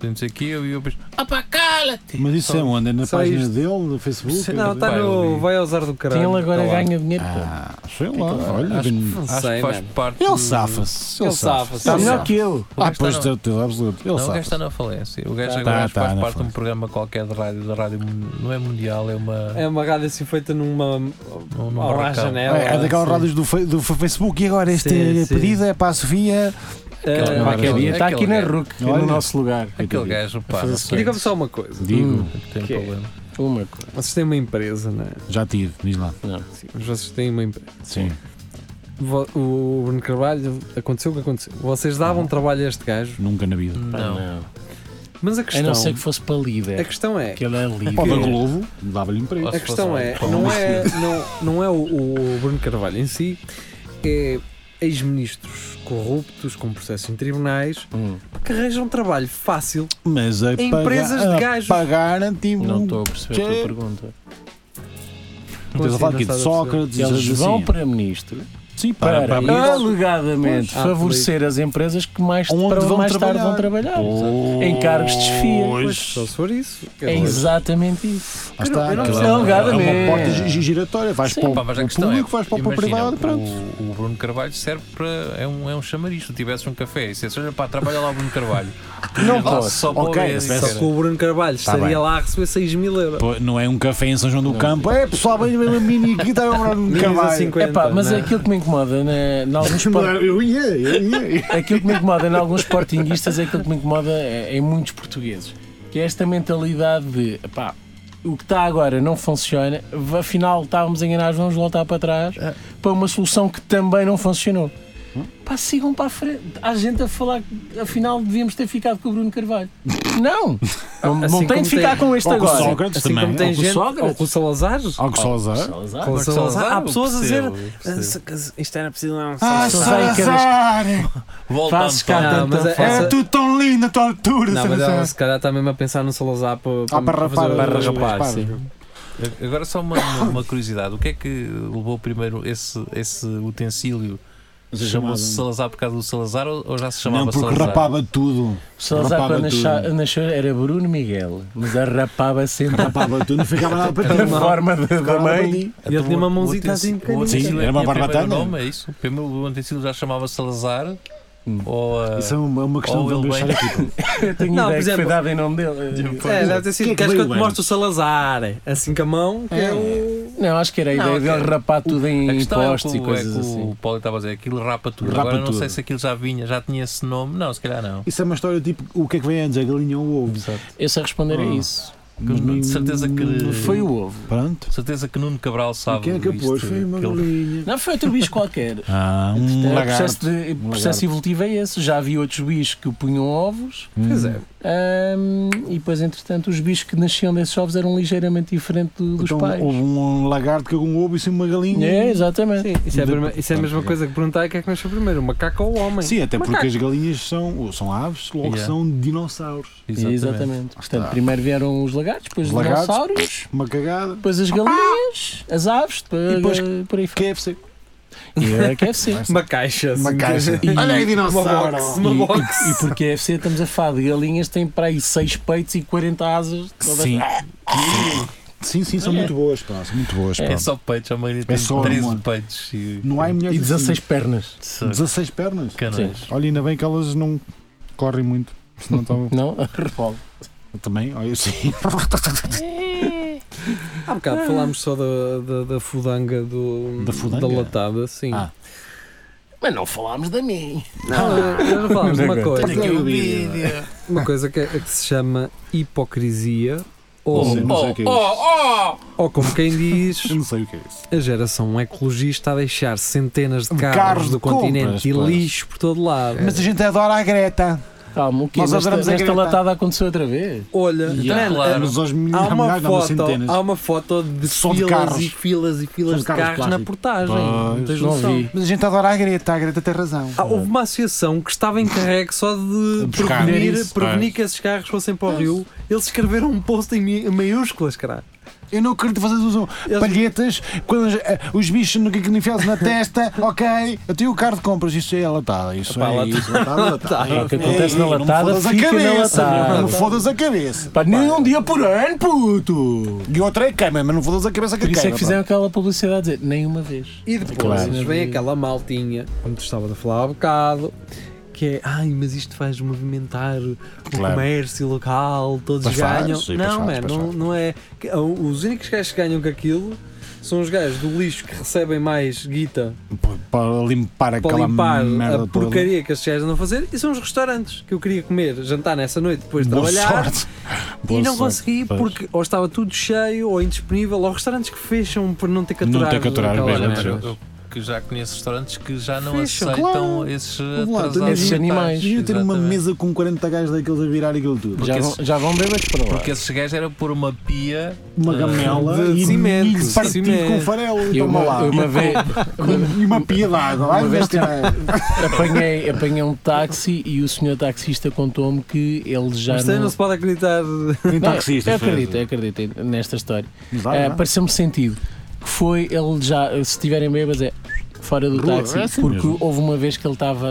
Speaker 5: Temos aqui, eu "Ah, e eu penso. Opa, cala-te!
Speaker 3: Mas isso
Speaker 5: Só-
Speaker 3: é onde? É na
Speaker 2: só
Speaker 3: página
Speaker 2: isto.
Speaker 3: dele, do Facebook?
Speaker 5: Sim,
Speaker 2: Não, tá- está
Speaker 5: Vai, eu
Speaker 2: no.
Speaker 5: vi.
Speaker 2: Vai ao zar do caralho.
Speaker 4: Tem ele agora
Speaker 2: Tá lá.
Speaker 4: ganha dinheiro. pá.
Speaker 3: Ah, sei lá, olha.
Speaker 5: acho,
Speaker 3: bem-
Speaker 2: Não
Speaker 5: acho
Speaker 2: sei,
Speaker 5: que faz
Speaker 2: mano.
Speaker 5: parte.
Speaker 3: Ele
Speaker 5: do-
Speaker 3: safa-se.
Speaker 2: Ele
Speaker 3: Ele safa-se.
Speaker 2: safa-se.
Speaker 4: Está
Speaker 2: Sim,
Speaker 4: melhor
Speaker 2: sim.
Speaker 4: que eu.
Speaker 5: O
Speaker 3: Ah,
Speaker 5: gajo
Speaker 3: pois,
Speaker 5: tá
Speaker 3: de
Speaker 5: na-
Speaker 3: certeza, absoluto. Ele
Speaker 5: Não, o gajo está
Speaker 3: safa-se.
Speaker 5: na falência. O gajo
Speaker 3: Tá,
Speaker 5: agora
Speaker 3: tá,
Speaker 5: faz
Speaker 3: tá na
Speaker 5: parte de um
Speaker 3: falência.
Speaker 5: programa qualquer de rádio, de rádio mun- não é mundial, é uma.
Speaker 2: É uma rádio assim feita numa.
Speaker 5: num- num
Speaker 2: Ou à
Speaker 5: barracão.
Speaker 2: janela.
Speaker 3: É, é daquelas
Speaker 2: assim.
Speaker 3: rádios do, fe- do fe- Facebook. E agora, este
Speaker 2: Sim, sim.
Speaker 3: pedido é para a Sofia.
Speaker 2: É,
Speaker 5: Aquela
Speaker 2: pá,
Speaker 5: hora.
Speaker 4: Qualquer
Speaker 5: aquele-
Speaker 4: dia está aqui
Speaker 5: aquele
Speaker 4: na
Speaker 5: gajo.
Speaker 4: RUC,
Speaker 3: Olha.
Speaker 4: no nosso lugar.
Speaker 5: Aquele gajo, pá,
Speaker 4: é- fazer
Speaker 5: não sei,
Speaker 2: Diga-me só uma coisa.
Speaker 3: Digo,
Speaker 4: Hum.
Speaker 5: tem
Speaker 2: que é?
Speaker 5: problema.
Speaker 4: Uma coisa.
Speaker 2: Vocês têm uma empresa, não é?
Speaker 3: já tive, diz lá.
Speaker 2: Sim, mas vocês têm uma empresa.
Speaker 3: Sim.
Speaker 2: Vo- O Bruno Carvalho aconteceu o que aconteceu. Vocês
Speaker 4: Uhum.
Speaker 2: davam trabalho a este gajo,
Speaker 3: Nunca na vida.
Speaker 4: Pá,
Speaker 5: Não.
Speaker 2: mas a
Speaker 4: A
Speaker 2: questão.
Speaker 4: não ser que fosse para líder.
Speaker 2: A questão é.
Speaker 4: Que ele é líder.
Speaker 3: Pode a Globo, dava-lhe emprego.
Speaker 5: Posso
Speaker 2: A questão
Speaker 5: passar?
Speaker 2: é,
Speaker 5: Pode.
Speaker 2: não é, não, não é o, o Bruno Carvalho em si, é ex-ministros corruptos com processo em tribunais
Speaker 4: Hum,
Speaker 2: que arranjam trabalho fácil.
Speaker 3: Mas a
Speaker 2: Em empresas de
Speaker 3: pagar- a
Speaker 2: gajos.
Speaker 3: Pagaram tipo.
Speaker 4: Não estou a perceber a
Speaker 3: Che-
Speaker 4: tua pergunta.
Speaker 3: Estás a falar aqui de
Speaker 2: Não estás a perceber.
Speaker 3: Sócrates,
Speaker 4: Eles
Speaker 3: assim.
Speaker 4: vão para ministro
Speaker 3: Sim,
Speaker 4: para,
Speaker 3: para. para,
Speaker 4: alegadamente
Speaker 2: Pois.
Speaker 4: favorecer as empresas que mais,
Speaker 3: Onde
Speaker 4: para onde
Speaker 3: vão
Speaker 4: mais tarde
Speaker 3: trabalhar.
Speaker 4: vão trabalhar.
Speaker 3: Pois.
Speaker 4: Em cargos de chefia.
Speaker 2: Pois, só se for isso. quer
Speaker 4: É
Speaker 2: dizer,
Speaker 4: exatamente isso.
Speaker 3: Lá está,
Speaker 2: Eu não-
Speaker 3: aquilo
Speaker 5: eu
Speaker 3: é uma-
Speaker 5: não-
Speaker 3: é
Speaker 4: alegadamente.
Speaker 3: uma porta gi- giratória. Vais
Speaker 4: Sim,
Speaker 3: para o,
Speaker 5: Pá, mas a
Speaker 3: o
Speaker 5: questão
Speaker 3: público,
Speaker 5: é,
Speaker 3: vais para o
Speaker 5: imagina,
Speaker 3: privado,
Speaker 5: o-
Speaker 3: pronto.
Speaker 5: O, Bruno Carvalho serve para. É um, é um chamariz. Se tu tivesse um café e dissesse, olha pá, trabalha lá o Bruno Carvalho.
Speaker 3: Não
Speaker 5: Lá
Speaker 3: posso.
Speaker 5: Só para
Speaker 3: Ok,
Speaker 5: ouvir,
Speaker 3: peço
Speaker 5: cara.
Speaker 2: Só que o Bruno Carvalho estaria
Speaker 3: bem.
Speaker 2: lá a receber 6 mil euros.
Speaker 3: Pô, Não é um café em São João do Campo. É pessoal, bem, bem, mini aqui está a morar no
Speaker 2: Mínimos a
Speaker 3: cavalo.
Speaker 2: 50,
Speaker 4: Epá, mas
Speaker 2: não é?
Speaker 4: aquilo que me incomoda na, na alguns por-
Speaker 3: Eu ia, eu ia.
Speaker 4: aquilo que me incomoda em alguns sportinguistas é aquilo que me incomoda é- em muitos portugueses. Que é esta mentalidade de epá, o que está agora não funciona,
Speaker 2: É.
Speaker 4: afinal estávamos enganados, vamos voltar para trás para uma solução que também não funcionou.
Speaker 2: Hum?
Speaker 4: Pá, sigam para a frente. Há gente a falar que afinal devíamos ter ficado com o Bruno Carvalho. Não! Não, não
Speaker 2: Assim
Speaker 4: tem
Speaker 2: como
Speaker 4: de ficar
Speaker 2: tem-
Speaker 4: com este
Speaker 3: Ou com o
Speaker 4: agora.
Speaker 3: Sócrates
Speaker 2: Assim
Speaker 3: também.
Speaker 2: como tem
Speaker 4: Ou com o
Speaker 2: gente.
Speaker 4: Sócrates.
Speaker 2: Ou com o Salazar.
Speaker 3: Ou com o Salazar.
Speaker 4: Salazar.
Speaker 2: Com o Salazar. Há
Speaker 5: eu
Speaker 2: pessoas a dizer.
Speaker 5: percebo, eu percebo.
Speaker 2: "Ah, se- Isto era preciso. não,
Speaker 3: Ah,
Speaker 2: Salazar é que era-
Speaker 3: Salazar!
Speaker 5: Voltando
Speaker 4: Fazes
Speaker 5: para-
Speaker 4: cá.
Speaker 2: Não, mas é-
Speaker 3: Era
Speaker 2: essa-
Speaker 3: tu tão lindo à tua altura,
Speaker 2: Não, mas ela
Speaker 3: Salazar!
Speaker 2: se calhar está mesmo a pensar no Salazar para,
Speaker 3: Ah, para
Speaker 2: fazer
Speaker 3: rapar,
Speaker 2: barra
Speaker 3: os
Speaker 2: rapaz.
Speaker 3: rapazes.
Speaker 2: sim.
Speaker 5: Agora só uma, uma curiosidade. O que é que levou primeiro esse, esse utensílio? Chamou-se
Speaker 3: Chamado.
Speaker 5: Salazar por causa do Salazar ou ou já se chamava
Speaker 3: Não, porque
Speaker 5: Salazar?
Speaker 3: rapava tudo.
Speaker 4: Salazar
Speaker 3: Rapava
Speaker 4: quando nasce-
Speaker 3: tudo.
Speaker 4: nasceu era Bruno Miguel, mas arrapava sempre a
Speaker 3: Rapava tudo, não ficava nada para
Speaker 4: da
Speaker 3: ti.
Speaker 4: forma da, da
Speaker 3: Ficava nada para
Speaker 4: mãe.
Speaker 3: ti.
Speaker 5: Então,
Speaker 2: Ele tinha uma
Speaker 5: o- o
Speaker 2: mãozita
Speaker 5: utens-
Speaker 2: assim
Speaker 5: o
Speaker 2: pequenina.
Speaker 5: utensílio
Speaker 3: Sim, era uma
Speaker 5: tinha primeiro
Speaker 3: barbatana.
Speaker 5: nome, é isso? Primeiro o utensílio já se chamava Salazar ou a...
Speaker 3: Isso é uma uma questão
Speaker 5: Ou
Speaker 3: de
Speaker 5: ele
Speaker 3: vamos
Speaker 5: bem.
Speaker 3: deixar aqui.
Speaker 4: Eu tenho
Speaker 2: Não,
Speaker 4: ideia
Speaker 2: por
Speaker 4: que foi
Speaker 2: exemplo-
Speaker 4: dado em nome
Speaker 5: Tipo,
Speaker 4: dele.
Speaker 2: É, deve ter
Speaker 3: Que
Speaker 2: sido.
Speaker 3: é que
Speaker 2: Queres que eu
Speaker 3: veio
Speaker 2: te
Speaker 3: bem?
Speaker 2: mostre o Salazar? Assim com a mão, que é, o.
Speaker 4: Não, acho que era a
Speaker 5: Não,
Speaker 4: ideia
Speaker 5: ok.
Speaker 4: de rapar tudo em
Speaker 5: A questão é o
Speaker 4: impostos
Speaker 5: que
Speaker 4: e
Speaker 5: o, é que
Speaker 4: coisas assim.
Speaker 5: o Paulo estava a dizer, aquilo rapa tudo.
Speaker 3: Rapa
Speaker 5: Agora não
Speaker 3: tudo.
Speaker 5: sei se aquilo já vinha, já tinha esse nome. Não, se calhar não.
Speaker 3: Isso é uma história tipo o que é que vem antes, a galinha ou o ovo?
Speaker 4: Eu sei responder a
Speaker 3: Ah.
Speaker 4: isso.
Speaker 5: Mas de certeza que-
Speaker 4: Foi o ovo.
Speaker 3: Pronto.
Speaker 5: Certeza que Nuno Cabral sabe
Speaker 3: Quem é que
Speaker 5: isto,
Speaker 3: pôs? Foi uma
Speaker 5: aquele-
Speaker 3: galinha.
Speaker 4: Não, foi outro bicho qualquer.
Speaker 3: Ah,
Speaker 4: É,
Speaker 3: um
Speaker 4: o
Speaker 3: lagarto.
Speaker 4: processo, de, o
Speaker 3: Um
Speaker 4: processo
Speaker 3: lagarto.
Speaker 4: evolutivo é esse. Já havia outros bichos que punham ovos
Speaker 2: Pois é.
Speaker 4: hum, e depois, entretanto, os bichos que nasciam desses ovos eram ligeiramente diferentes do- dos
Speaker 3: Então,
Speaker 4: pais.
Speaker 3: houve um lagarto que com um ovo e sim uma galinha.
Speaker 4: É, exatamente.
Speaker 2: Sim, isso é, a
Speaker 3: De-
Speaker 2: prima- isso é a mesma coisa que perguntar quem é que nasceu primeiro, o macaco ou o homem.
Speaker 3: Sim, até
Speaker 2: Macaco.
Speaker 3: porque as galinhas são, ou são aves, logo
Speaker 5: Yeah.
Speaker 3: são dinossauros.
Speaker 4: Exatamente.
Speaker 5: Exatamente.
Speaker 4: Portanto,
Speaker 3: Ah.
Speaker 4: primeiro vieram os lagartos, depois os
Speaker 3: Lagartos.
Speaker 4: dinossauros,
Speaker 3: Uma cagada.
Speaker 4: depois as galinhas, as aves, depois, eh,
Speaker 3: E depois
Speaker 4: por aí fora.
Speaker 3: KFC.
Speaker 4: E era KFC.
Speaker 2: Uma caixa. assim,
Speaker 3: Uma
Speaker 2: que-
Speaker 3: caixa.
Speaker 4: E-
Speaker 3: Olha aí,
Speaker 2: Uma
Speaker 3: dinossauro.
Speaker 2: box.
Speaker 4: E,
Speaker 2: Uma box.
Speaker 4: e, e porque KFC estamos a falar de galinhas, tem para aí 6 peitos e 40 asas. todas-
Speaker 3: Sim. Sim, sim, são muito boas, pá. São muito boas, pá.
Speaker 5: É só peitos, a maioria tem
Speaker 3: só,
Speaker 5: 13
Speaker 3: mano.
Speaker 5: peitos e
Speaker 3: Não há mulheres
Speaker 4: E 16
Speaker 3: assim.
Speaker 4: pernas.
Speaker 3: 16 pernas.
Speaker 5: canais.
Speaker 3: Olha, ainda bem que elas não correm muito. Senão estavam.
Speaker 4: Não? Revolve.
Speaker 3: Também, olha assim.
Speaker 2: Há bocado falámos só da, da, da fudanga do.
Speaker 3: Da fudanga?
Speaker 2: latada, sim.
Speaker 3: Ah.
Speaker 4: Mas não falámos da mim.
Speaker 2: Não, Ah, eu já falámos de uma coisa.
Speaker 3: aqui o vídeo.
Speaker 2: Uma coisa que, é- que se chama hipocrisia. Ou,
Speaker 4: Oh,
Speaker 3: Não sei o que é isso.
Speaker 2: ou como quem diz,
Speaker 3: Eu não sei o que é isso.
Speaker 2: a geração ecologista a deixar centenas de
Speaker 3: De
Speaker 2: carros,
Speaker 3: carros
Speaker 2: do
Speaker 3: Um de compras,
Speaker 2: continente e
Speaker 3: pois.
Speaker 2: lixo por todo lado.
Speaker 3: Mas a gente adora a Greta.
Speaker 4: Calma, o que
Speaker 3: Nós
Speaker 4: Nesta,
Speaker 3: adoramos a
Speaker 4: nesta
Speaker 3: gritar.
Speaker 4: latada aconteceu outra vez.
Speaker 2: Olha,
Speaker 5: Yeah,
Speaker 2: mano,
Speaker 5: claro.
Speaker 3: É, Mas aos milhares,
Speaker 2: há uma,
Speaker 3: milhares, não, mas
Speaker 2: foto,
Speaker 3: centenas.
Speaker 2: há uma foto de
Speaker 3: Só de
Speaker 2: filas
Speaker 3: carros.
Speaker 2: e filas e filas
Speaker 3: Só de
Speaker 2: de
Speaker 3: carros
Speaker 2: carros, na
Speaker 3: plásticos.
Speaker 2: portagem. não
Speaker 3: Pois,
Speaker 2: tens
Speaker 4: não
Speaker 2: noção.
Speaker 4: vi.
Speaker 3: Mas a gente adora a Greta. A Greta tem razão.
Speaker 2: Ah, houve uma associação que estava encarregue só de
Speaker 3: Buscar.
Speaker 2: prevenir,
Speaker 3: Isso,
Speaker 2: prevenir que esses carros fossem para o rio. Eles escreveram um post em mi- em maiúsculas, caralho.
Speaker 3: Eu não acredito que vocês usam
Speaker 2: Eles-
Speaker 3: palhetas quando os, eh, os bichos no que que enfiam-se na testa. ok, eu tenho o carro de compras. Isto é latada. Isso
Speaker 2: Epá,
Speaker 3: é
Speaker 2: latada.
Speaker 3: isso. Latada,
Speaker 2: É,
Speaker 3: latada.
Speaker 2: o
Speaker 4: tá, que acontece na
Speaker 3: Ei,
Speaker 4: latada,
Speaker 3: Não me fodas a
Speaker 4: fica na
Speaker 3: cabeça. meu,
Speaker 4: latada.
Speaker 3: Não me fodas a cabeça.
Speaker 4: Pá, nem um dia por ano, puto!
Speaker 3: E outra é queima, mas não fodas a cabeça que
Speaker 4: Por isso é
Speaker 3: queima.
Speaker 4: que fizeram aquela publicidade a dizer, nem uma vez.
Speaker 2: E depois
Speaker 3: Claro.
Speaker 2: vem aquela maltinha, como tu estavas a falar há bocado, que é ai, mas isto faz movimentar o
Speaker 3: Claro.
Speaker 2: comércio local, todos
Speaker 3: Pois faz,
Speaker 2: ganham.
Speaker 3: sim, pois
Speaker 2: não,
Speaker 3: faz,
Speaker 2: mano,
Speaker 3: pois
Speaker 2: não,
Speaker 3: faz.
Speaker 2: não é. que- Os únicos gajos que ganham com aquilo são os gajos do lixo que recebem mais guita
Speaker 3: P- Para limpar
Speaker 2: para
Speaker 3: aquela
Speaker 2: limpar
Speaker 3: merda
Speaker 2: a
Speaker 3: toda.
Speaker 2: porcaria que estes gajos andam a fazer e são os restaurantes que eu queria comer, jantar nessa noite depois de
Speaker 3: Boa
Speaker 2: trabalhar.
Speaker 3: sorte.
Speaker 2: E
Speaker 3: Boa
Speaker 2: não
Speaker 3: sorte.
Speaker 2: consegui
Speaker 3: Pois.
Speaker 2: porque ou estava tudo cheio ou indisponível, ou restaurantes que fecham por não ter que
Speaker 3: Não ter
Speaker 2: aturar.
Speaker 3: que aturar, assim.
Speaker 2: aquela
Speaker 3: bem,
Speaker 5: Olha,
Speaker 2: merda.
Speaker 3: bem,
Speaker 5: eu- eu que já conheço restaurantes que já não
Speaker 2: Fecham,
Speaker 5: aceitam
Speaker 3: claro.
Speaker 5: esses
Speaker 3: Vamos lá,
Speaker 5: atrasados
Speaker 3: tu
Speaker 4: Esses
Speaker 5: mentais.
Speaker 4: animais.
Speaker 3: Devia ter uma
Speaker 5: Exatamente.
Speaker 3: mesa com 40 gajos daqueles a virar aquilo tudo.
Speaker 4: Já,
Speaker 5: esse-
Speaker 4: vão, já vão bêbados para lá.
Speaker 5: Porque esses gajos era por uma pia.
Speaker 3: Uma gamela
Speaker 2: de
Speaker 3: e,
Speaker 2: cimento,
Speaker 3: e partido
Speaker 2: cimento.
Speaker 3: com farelo. E
Speaker 4: Eu
Speaker 3: toma
Speaker 4: uma,
Speaker 3: lá.
Speaker 4: eu uma vez
Speaker 3: E uma pia de água. Vai
Speaker 4: Uma vez
Speaker 3: vestir.
Speaker 4: apanhei, apanhei um táxi e o senhor taxista contou-me que ele já
Speaker 2: Isto aí
Speaker 4: não...
Speaker 2: não se pode acreditar.
Speaker 3: Tem
Speaker 4: Não,
Speaker 3: um taxista.
Speaker 4: eu acredito, eu acredito nesta história.
Speaker 3: Exato,
Speaker 4: Eh,
Speaker 3: não é?
Speaker 4: Pareceu-me sentido. Que foi ele já, se estiverem bêbados, é fora do
Speaker 3: Rua,
Speaker 4: táxi.
Speaker 3: é assim
Speaker 4: porque
Speaker 3: mesmo.
Speaker 4: houve uma vez que ele estava.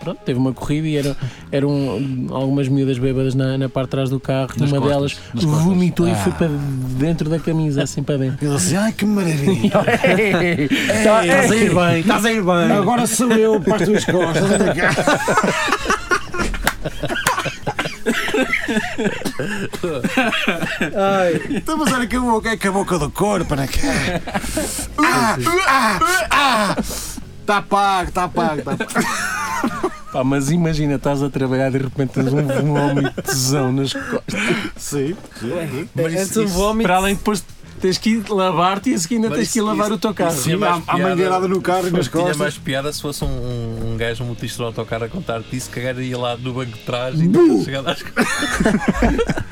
Speaker 4: Pronto, teve uma corrida e eram, eram algumas miúdas bêbadas na, na parte de trás do carro. e
Speaker 3: Nas
Speaker 4: uma
Speaker 3: costas,
Speaker 4: delas
Speaker 3: nas costas.
Speaker 4: vomitou e
Speaker 3: Ah.
Speaker 4: foi para dentro da camisa, assim para dentro.
Speaker 3: Ele assim, ai que maravilha.
Speaker 4: Tá- Estás a ir bem.
Speaker 2: Estás a ir bem.
Speaker 3: Agora sou eu para as tuas costas.
Speaker 2: Ai,
Speaker 3: Então, mas olha que a boca é que a boca do corpo, é? para cá. Ah, ah, ah. Está pago, está pago, está pago.
Speaker 4: Pá, mas imagina, estás a trabalhar e de repente tens um vomitozão nas costas.
Speaker 3: Sim. sim.
Speaker 5: Mas
Speaker 2: antes
Speaker 5: isso-
Speaker 2: do
Speaker 5: isso-
Speaker 2: vómito.
Speaker 4: Para além de depois tens que ir lavar-te e a seguir ainda
Speaker 5: Mas
Speaker 4: tens que ir
Speaker 5: isso-
Speaker 4: lavar
Speaker 5: isso-
Speaker 4: o teu carro.
Speaker 5: isso é mais
Speaker 3: Há- há
Speaker 5: piada-
Speaker 3: mangueirada no carro e nas
Speaker 5: Tinha
Speaker 3: costas.
Speaker 5: mais piada se fosse um, um, um gajo um motorista do autocarro a contar-te isso, que a gajo ia lá no banco de trás e tava chegado às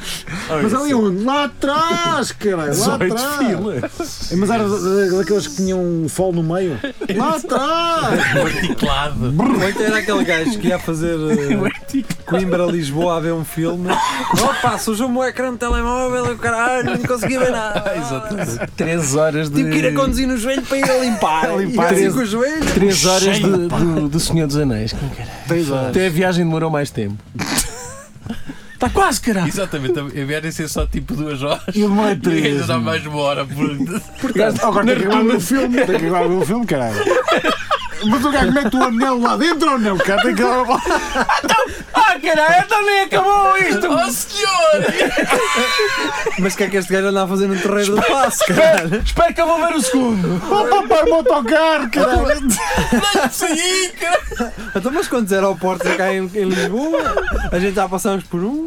Speaker 3: Mas ali onde? Lá atrás, caralho! Lá atrás!
Speaker 5: filas.
Speaker 3: Mas era da- da- daqueles que tinham um fol no meio? Lá atrás!
Speaker 5: Um articulado.
Speaker 2: Ou então era aquele gajo que ia fazer eh, Coimbra-Lisboa a ver um filme. Opa, sujou-me o ecrã do telemóvel e o caralho, não consegui ver nada.
Speaker 5: Exatamente.
Speaker 4: 3 horas de.
Speaker 2: Tive Tipo que ir a conduzir no joelho para ir a limpar.
Speaker 3: A limpar.
Speaker 2: E eu assim com o joelho.
Speaker 4: 3 horas
Speaker 3: Cheio,
Speaker 4: de- do, do Senhor dos Anéis. como que era?
Speaker 3: Três horas.
Speaker 4: Até a viagem demorou mais tempo. Está Tá quase, caralho!
Speaker 5: Exatamente. A viagem ser só tipo duas horas.
Speaker 3: E demorei
Speaker 5: E ainda
Speaker 3: três.
Speaker 5: dá mais uma hora. Por...
Speaker 3: Portanto, agora tem que acabar o meu filme. Tem que acabar o meu filme, caralho. Mas o gajo mete o anel lá dentro ou não, cara? Tem que acabar.
Speaker 4: Ah, caralho, então nem acabou isto!
Speaker 5: Oh senhor!
Speaker 2: Mas o que é que este gajo andava a fazer no terreiro do passo,
Speaker 4: Espero,
Speaker 2: caralho?
Speaker 4: espero que eu vou ver o segundo!
Speaker 3: Vou papar o autocarro, caralho!
Speaker 5: Deixa-se aí, cara!
Speaker 2: Então, mas quantos aeroportos é cá em, em Lisboa? A gente já passámos por um.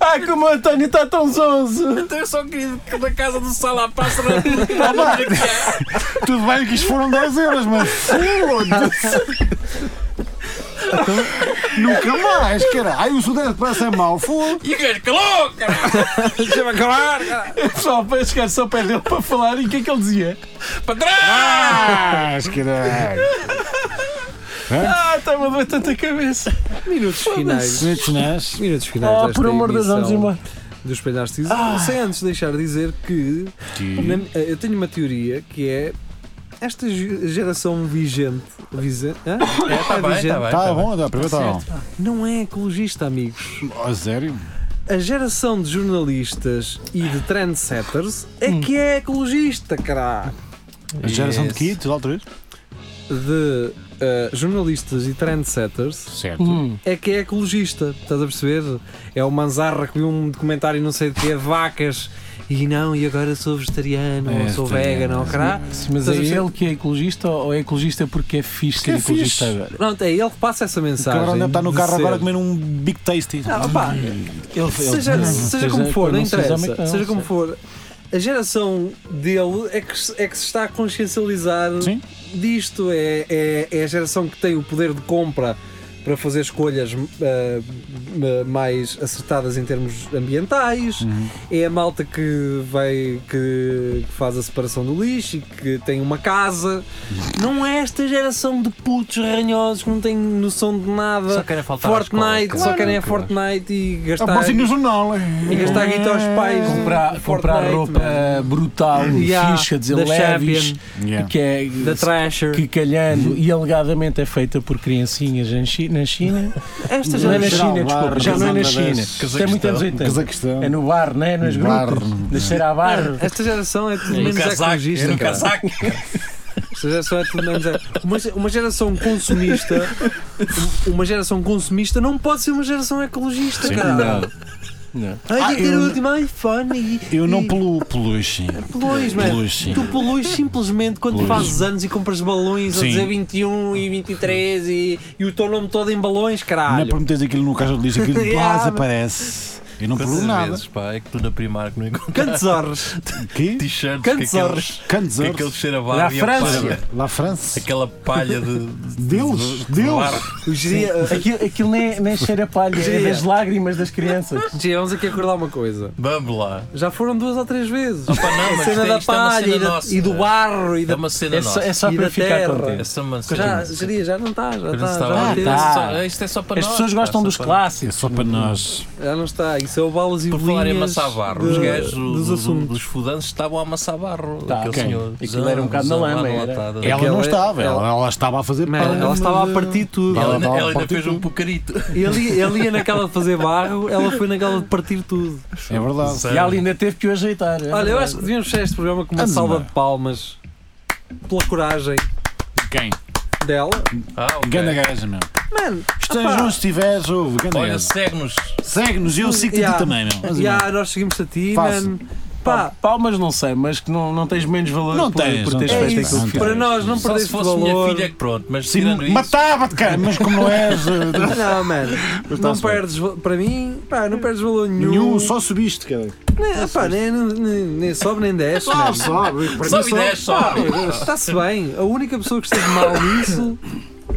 Speaker 4: Ai, como o António está tão zonzo!
Speaker 5: Então eu só queria que na casa do Salá pássaro a
Speaker 3: Tudo bem que isto foram 10 euros, mas foda-se! Nunca mais, caralho! O Sudeste parece mau, foda
Speaker 5: E o gajo, calou, cara!
Speaker 2: Deixa-me acabar, caralho.
Speaker 4: O pessoal para chegar só ao pé dele para falar e o que é que ele dizia?
Speaker 5: Para trás!
Speaker 3: Mas, caralho!
Speaker 4: Ah, está-me a doer tanta cabeça!
Speaker 2: Minutos finais.
Speaker 3: Senhores chineses,
Speaker 2: Minutos finais.
Speaker 4: Ah,
Speaker 2: desta
Speaker 4: por amor de Deus, vamos
Speaker 2: emissão
Speaker 4: embora!
Speaker 2: Do Espelho Narciso. Sem antes deixar de dizer que na- eh, eu tenho uma teoria que é. Esta ge- geração vigente. Vise, hã?
Speaker 5: É, tá bem, tá bem.
Speaker 3: Está bom, dá para ver, está bom.
Speaker 2: Não é ecologista, amigos.
Speaker 3: A sério?
Speaker 2: A geração de jornalistas e de trendsetters é que é ecologista, caralho.
Speaker 3: A geração de
Speaker 5: Yes.
Speaker 3: kids, outra vez?
Speaker 4: Tá,
Speaker 2: de eh, jornalistas e trendsetters
Speaker 3: Certo.
Speaker 4: Hum.
Speaker 2: é que é ecologista, estás a perceber? É o Manzarra que viu um documentário não sei de que é vacas e não, e agora sou vegetariano,
Speaker 3: É,
Speaker 2: ou sou
Speaker 3: vegetariano,
Speaker 2: vegan, ou cará.
Speaker 4: Sim, mas é
Speaker 2: Estás a perceber?
Speaker 4: ele que é ecologista ou é ecologista porque é fixe
Speaker 3: Porque
Speaker 4: ser
Speaker 3: é
Speaker 4: ecologista
Speaker 3: fixe.
Speaker 4: agora?
Speaker 2: Pronto, é ele que passa essa
Speaker 3: O
Speaker 2: mensagem.
Speaker 3: cabrão deve estar no
Speaker 2: de
Speaker 3: carro
Speaker 2: ser-
Speaker 3: agora comendo um Big Tasty. É um
Speaker 2: Ah, opá,
Speaker 4: Ele,
Speaker 2: seja,
Speaker 4: ele-
Speaker 2: seja
Speaker 4: seja-
Speaker 2: como for, não
Speaker 4: seja
Speaker 2: interessa.
Speaker 4: homem que não,
Speaker 2: seja como
Speaker 4: sim.
Speaker 2: for, a geração dele é que, se- é que se está a consciencializar
Speaker 3: Sim.
Speaker 2: disto. É, é, é a geração que tem o poder de compra para fazer escolhas ah, ma- mais acertadas em termos ambientais.
Speaker 3: Uhum.
Speaker 2: É a malta que vai que, que faz a separação do lixo e que tem uma casa.
Speaker 3: Uhum.
Speaker 2: Não é esta geração de putos ranhosos que não têm noção de nada.
Speaker 5: querem faltar
Speaker 2: Fortnite, só
Speaker 3: claro.
Speaker 2: querem é Fortnite e
Speaker 3: A
Speaker 2: gastar,
Speaker 3: próxima no jornal. é.
Speaker 2: e gastar guita aos pais.
Speaker 4: Comprar,
Speaker 2: é Fortnite,
Speaker 4: comprar roupa eh,
Speaker 2: mano.
Speaker 4: brutal,
Speaker 2: Yeah,
Speaker 4: ficha, dizer
Speaker 2: da
Speaker 4: leves,
Speaker 2: Champion,
Speaker 3: Yeah.
Speaker 4: que é
Speaker 2: da Thrasher.
Speaker 4: que calhando e alegadamente é feita por criancinhas em Chi- na China.
Speaker 2: Esta
Speaker 4: Não é na
Speaker 2: geração.
Speaker 3: Geral,
Speaker 4: China, desculpa,
Speaker 3: barra,
Speaker 4: já não é na
Speaker 3: Bangladesh,
Speaker 4: China. Isto é muito anos 80.
Speaker 3: Cazaquistão.
Speaker 4: É no bar, não é? Nas
Speaker 3: Bar.
Speaker 4: grutas. Deixar à barra.
Speaker 2: Esta geração é tudo
Speaker 5: No
Speaker 2: menos
Speaker 4: um
Speaker 5: casaco, é
Speaker 2: ecologista.
Speaker 5: no
Speaker 2: cara.
Speaker 5: casaco.
Speaker 2: Esta geração é tudo menos. Uma, uma geração consumista. um, Uma geração consumista não pode ser uma geração ecologista, cara.
Speaker 4: Não.
Speaker 2: Ai,
Speaker 3: Ah,
Speaker 2: tem que ter
Speaker 3: eu
Speaker 2: o
Speaker 3: não-
Speaker 2: último iPhone e.
Speaker 3: Eu não
Speaker 2: e
Speaker 3: poluo, poluo sim.
Speaker 2: poluis, mano.
Speaker 3: Poluo sim.
Speaker 2: Tu poluis simplesmente quando
Speaker 3: Poluis.
Speaker 2: fazes anos e compras balões a
Speaker 3: Sim.
Speaker 2: dizer 21 e 23 e, e o teu nome todo em balões,
Speaker 3: Não é
Speaker 2: caralho.
Speaker 3: por meteres aquilo no caixa de lixo, aquilo
Speaker 2: Yeah,
Speaker 3: lá
Speaker 2: mas-
Speaker 3: desaparece. Eu não poluo
Speaker 5: Quantas
Speaker 3: nada.
Speaker 5: vezes, pá, é que tu na Primark não encontras
Speaker 2: Cantos horas.
Speaker 3: Que?
Speaker 5: t-shirts que
Speaker 2: Cantos
Speaker 5: aqueles...
Speaker 3: Cantos
Speaker 5: Que
Speaker 3: Hortos.
Speaker 5: aquele cheiro a
Speaker 4: Na
Speaker 5: barro e a
Speaker 4: França.
Speaker 5: palha.
Speaker 3: Lá França.
Speaker 5: Aquela palha de...
Speaker 3: Deus, Deus.
Speaker 5: barro.
Speaker 2: Hoje dia,
Speaker 4: Aquilo, aquilo nem, nem cheira a palha, é das lágrimas das crianças.
Speaker 2: Gê, vamos aqui acordar uma coisa.
Speaker 5: Vamos lá.
Speaker 2: Já foram duas ou três vezes.
Speaker 5: Pá, não,
Speaker 2: a cena
Speaker 5: mas isto é-
Speaker 2: da
Speaker 5: isto é uma
Speaker 2: palha
Speaker 5: cena
Speaker 2: e, da-
Speaker 5: nossa.
Speaker 2: e do barro e
Speaker 5: É
Speaker 2: da.
Speaker 5: uma cena
Speaker 4: É só,
Speaker 5: nossa.
Speaker 4: é só
Speaker 2: E
Speaker 4: para
Speaker 2: da
Speaker 4: ficar
Speaker 2: terra.
Speaker 4: contente.
Speaker 5: Essa é mancena.
Speaker 2: Já, Ah, Geria, já não está, já
Speaker 5: Quando
Speaker 2: está.
Speaker 5: estava
Speaker 2: Já,
Speaker 5: a
Speaker 2: não tem-
Speaker 5: dizer,
Speaker 4: tá.
Speaker 5: "Isto é só- Isto é só para
Speaker 4: As
Speaker 5: nós.
Speaker 4: pessoas
Speaker 5: pá,
Speaker 4: gostam
Speaker 5: só
Speaker 4: dos
Speaker 5: para
Speaker 3: É
Speaker 4: clássicos.
Speaker 3: só para nós.
Speaker 2: já não está. Isso é o balas e
Speaker 5: Por
Speaker 2: bolinhas.
Speaker 5: falar em amassar barro,
Speaker 2: de-
Speaker 5: os gajos do-
Speaker 2: dos
Speaker 5: do-
Speaker 2: assuntos.
Speaker 5: dos fudantes estavam a amassar barro.
Speaker 4: Tá,
Speaker 5: aquele
Speaker 4: ok.
Speaker 5: senhor.
Speaker 4: Aquilo era um bocado na
Speaker 5: Zan,
Speaker 4: lama,
Speaker 5: Zan,
Speaker 4: era.
Speaker 5: latada.
Speaker 3: Ela
Speaker 2: Aquela-
Speaker 3: não
Speaker 4: é-
Speaker 3: estava, ela,
Speaker 2: ela-
Speaker 3: ela estava a fazer
Speaker 2: Man, ela
Speaker 3: palma
Speaker 2: estava
Speaker 3: de-
Speaker 2: a partir tudo.
Speaker 5: Ela,
Speaker 3: Ela-
Speaker 5: ainda-
Speaker 3: ela
Speaker 5: ela ainda
Speaker 3: partiu
Speaker 5: fez um
Speaker 3: tudo.
Speaker 5: pucarito.
Speaker 2: Ele, ele ia naquela de fazer barro, ela foi naquela de partir tudo.
Speaker 3: É verdade.
Speaker 5: Zan.
Speaker 4: E ela ainda teve que o ajeitar.
Speaker 2: Olha,
Speaker 4: é
Speaker 2: eu
Speaker 4: verdade.
Speaker 2: acho que devíamos fechar este programa com uma
Speaker 3: Vamos
Speaker 2: salva
Speaker 3: lá.
Speaker 2: de palmas pela coragem
Speaker 3: Quem?
Speaker 2: dela.
Speaker 5: Ah, ok.
Speaker 3: Ganda gaja, meu.
Speaker 2: Mano,
Speaker 3: Estejas onde estiveres, um ouve, ganda
Speaker 5: Olha,
Speaker 3: gaja.
Speaker 5: segue-nos.
Speaker 3: Segue-nos, eu sigo-te a ti
Speaker 2: Yeah.
Speaker 3: também, meu. Mas,
Speaker 2: já, nós seguimos a ti,
Speaker 3: Faço.
Speaker 2: mano. Pá,
Speaker 4: Palmas não sei, mas que não, não tens menos valor
Speaker 3: Não
Speaker 4: por,
Speaker 3: tens,
Speaker 4: por
Speaker 3: não
Speaker 4: teres
Speaker 3: tens,
Speaker 2: é
Speaker 4: feito
Speaker 3: não
Speaker 4: aquilo
Speaker 2: isso.
Speaker 4: que
Speaker 3: tens.
Speaker 2: Para nós não
Speaker 5: Só se
Speaker 2: perdeste
Speaker 5: meu. Só se fosse minha
Speaker 2: valor.
Speaker 5: filha, que pronto, mas
Speaker 3: Sim,
Speaker 5: tirando isso.
Speaker 3: matava-te, cara, mas como não és. eh,
Speaker 2: Não, mano,
Speaker 3: Mas
Speaker 2: não
Speaker 3: tá-se bem.
Speaker 2: perdes, va- para mim, pá, não perdes valor nenhum.
Speaker 3: Nenhum, só subiste, cara.
Speaker 2: Nem, pá, nem, nem, nem sobe nem desce.
Speaker 3: Não,
Speaker 2: mano.
Speaker 3: sobe. para mim
Speaker 5: Sobe e desce,
Speaker 2: Pá,
Speaker 5: sobe.
Speaker 2: Está-se bem. A única pessoa que esteve mal nisso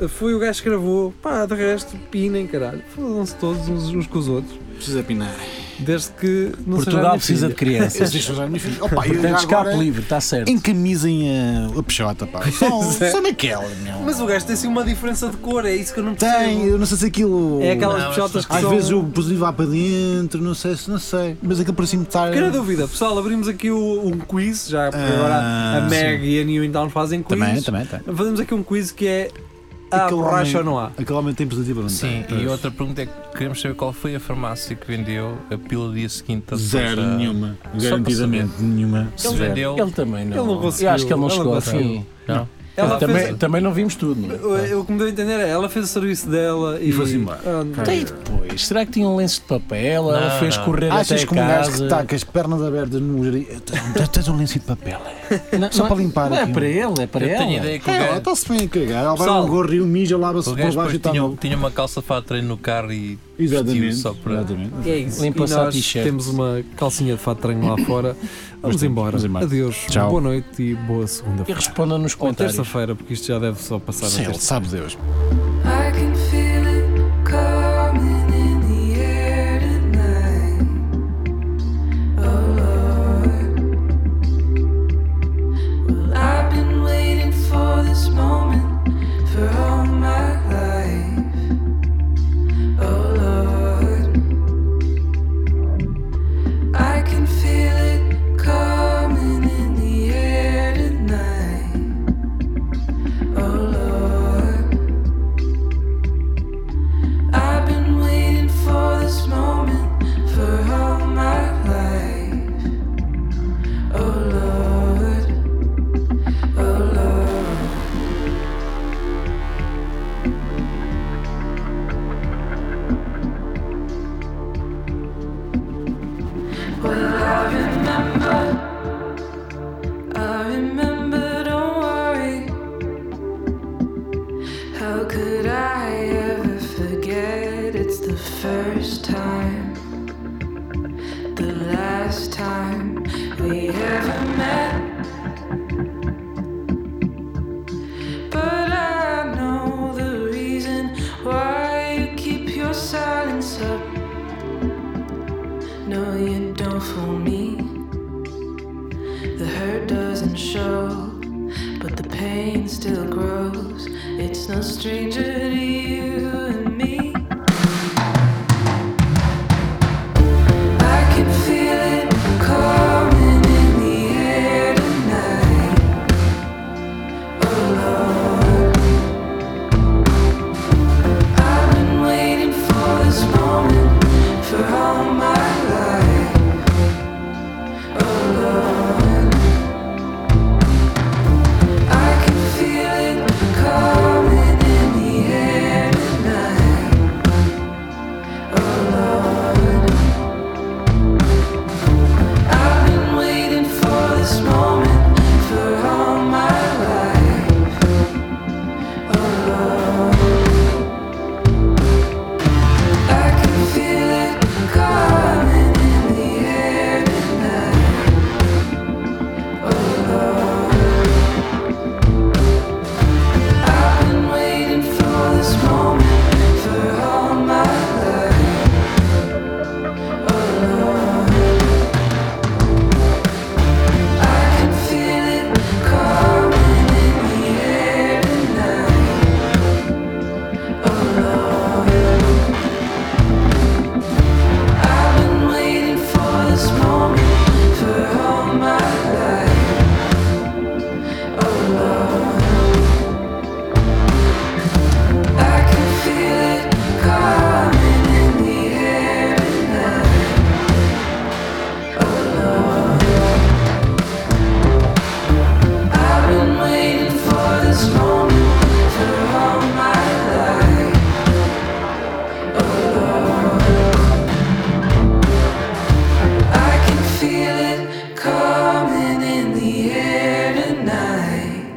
Speaker 2: foi o gajo que gravou. Pá, de resto, pinem, caralho. Fodam-se todos uns, uns com os outros.
Speaker 3: Precisa pinar.
Speaker 2: Desde que não seja a
Speaker 4: Portugal
Speaker 2: minha
Speaker 4: precisa de
Speaker 2: filha.
Speaker 4: crianças.
Speaker 3: Deixa eu usar a minha filha. Opa, eu já
Speaker 4: Portanto, escape
Speaker 3: agora
Speaker 4: livre, está certo.
Speaker 3: Encamisem eh, a, a peixota, pá. Só,
Speaker 2: Exato.
Speaker 3: só naquela, meu.
Speaker 2: Mas o gajo tem assim uma diferença de cor, é isso que eu não
Speaker 3: Tem,
Speaker 2: percebo.
Speaker 3: eu não sei se aquilo.
Speaker 2: É aquelas
Speaker 5: Não,
Speaker 2: peixotas que
Speaker 3: Às
Speaker 2: são...
Speaker 3: vezes eu pus lá para dentro, não sei se, não sei. Mas aquilo parecia-me estar.
Speaker 2: Pequena dúvida, pessoal, abrimos aqui o- um quiz, já porque
Speaker 3: Ah,
Speaker 2: agora a
Speaker 3: sim.
Speaker 2: Meg e a New In Town fazem quiz.
Speaker 3: Também, também, também.
Speaker 2: Fazemos aqui um quiz que é há
Speaker 3: Aquele
Speaker 2: borracha ou
Speaker 3: homem-
Speaker 2: não há?
Speaker 3: Aquele homem tem positivo ou não
Speaker 5: Sim,
Speaker 3: tem?
Speaker 5: e outra pergunta é que queremos saber qual foi a farmácia que vendeu a pílula dia seguinte. a
Speaker 3: Zero
Speaker 5: depois da-
Speaker 3: nenhuma.
Speaker 5: para
Speaker 3: Garantidamente nenhuma.
Speaker 5: Se vendeu.
Speaker 4: Ele também não.
Speaker 2: Ele não conseguiu,
Speaker 4: Eu acho que ele não
Speaker 2: ele
Speaker 4: chegou
Speaker 2: não
Speaker 4: ao fim.
Speaker 5: Não.
Speaker 2: Ela
Speaker 4: também,
Speaker 2: fez,
Speaker 4: também não vimos tudo. não é?
Speaker 2: eu, o que me deu a entender é ela fez o serviço dela e,
Speaker 3: Ah. E foi-se embora.
Speaker 2: Ah, não.
Speaker 4: Até aí Então, depois, será que tinha um lenço de papel? Ela
Speaker 5: Não,
Speaker 4: fez
Speaker 5: não.
Speaker 4: correr
Speaker 3: Achas
Speaker 4: até
Speaker 3: que um gajo que
Speaker 4: casa.
Speaker 3: está com as pernas abertas no gerir. Tens um lenço de papel.
Speaker 4: Não,
Speaker 3: Só
Speaker 4: não-
Speaker 3: para limpar
Speaker 4: Não é
Speaker 3: aqui. um-
Speaker 4: para ele, é para
Speaker 5: Eu
Speaker 4: ela.
Speaker 5: tenho ideia que o
Speaker 3: É,
Speaker 5: gajo-
Speaker 3: está-se bem a cagar. Ela vai
Speaker 2: Pessoal,
Speaker 3: ao gorro e o mija, lava-se
Speaker 5: o
Speaker 3: por
Speaker 5: gajo
Speaker 3: baixo e
Speaker 5: depois
Speaker 3: está
Speaker 5: tinha,
Speaker 3: tá
Speaker 5: um-
Speaker 3: no.
Speaker 5: tinha uma calça fada de treino no carro e
Speaker 3: Exatamente.
Speaker 5: vestiu só para.
Speaker 3: Exatamente.
Speaker 2: É isso.
Speaker 4: Limpa
Speaker 2: e
Speaker 4: só a
Speaker 2: nós
Speaker 4: t-shirt.
Speaker 2: temos uma calcinha de fato de treino lá fora. Vamos
Speaker 3: temos,
Speaker 2: embora.
Speaker 3: vamos embora.
Speaker 2: Adeus.
Speaker 3: Tchau.
Speaker 2: Boa noite e boa
Speaker 4: E
Speaker 2: segunda-feira.
Speaker 4: responda nos
Speaker 2: Ou
Speaker 4: comentários.
Speaker 2: terça-feira, porque isto já deve só passar na
Speaker 3: Sei,
Speaker 2: terça.
Speaker 3: sabe Deus.
Speaker 6: I can feel it coming in the air tonight. Oh Lord, well I've been waiting for this moment for all my life. Oh Lord, I can feel it coming in the air tonight. Oh Lord. I've been waiting for this moment for all my life. Oh Lord, oh Lord. Well, I remember, I remember, don't worry. How could I ever forget? It's the first time, the last time we ever met. But I know the reason why you keep your silence up. No, you don't fool me. The hurt doesn't show, but the pain still grows. It's no stranger to you and me. I can feel it coming in the air tonight. Oh Lord, I've been waiting for this moment for all my life. Oh Lord. I can feel it coming in the air tonight. Oh Lord, I've been waiting for this moment for all my life. Oh Lord, I can feel it coming in the air tonight. Oh Lord. I've been waiting for this moment for all my life. Oh Lord, I can feel it coming in the air tonight. Oh Lord, I've been waiting for this moment for all my life. Oh Lord. I can feel it coming in the air tonight.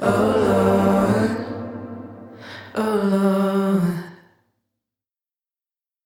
Speaker 6: Oh Lord, I've been waiting for this moment for all my life. Oh Lord, I can feel it coming in the air tonight. Oh Lord.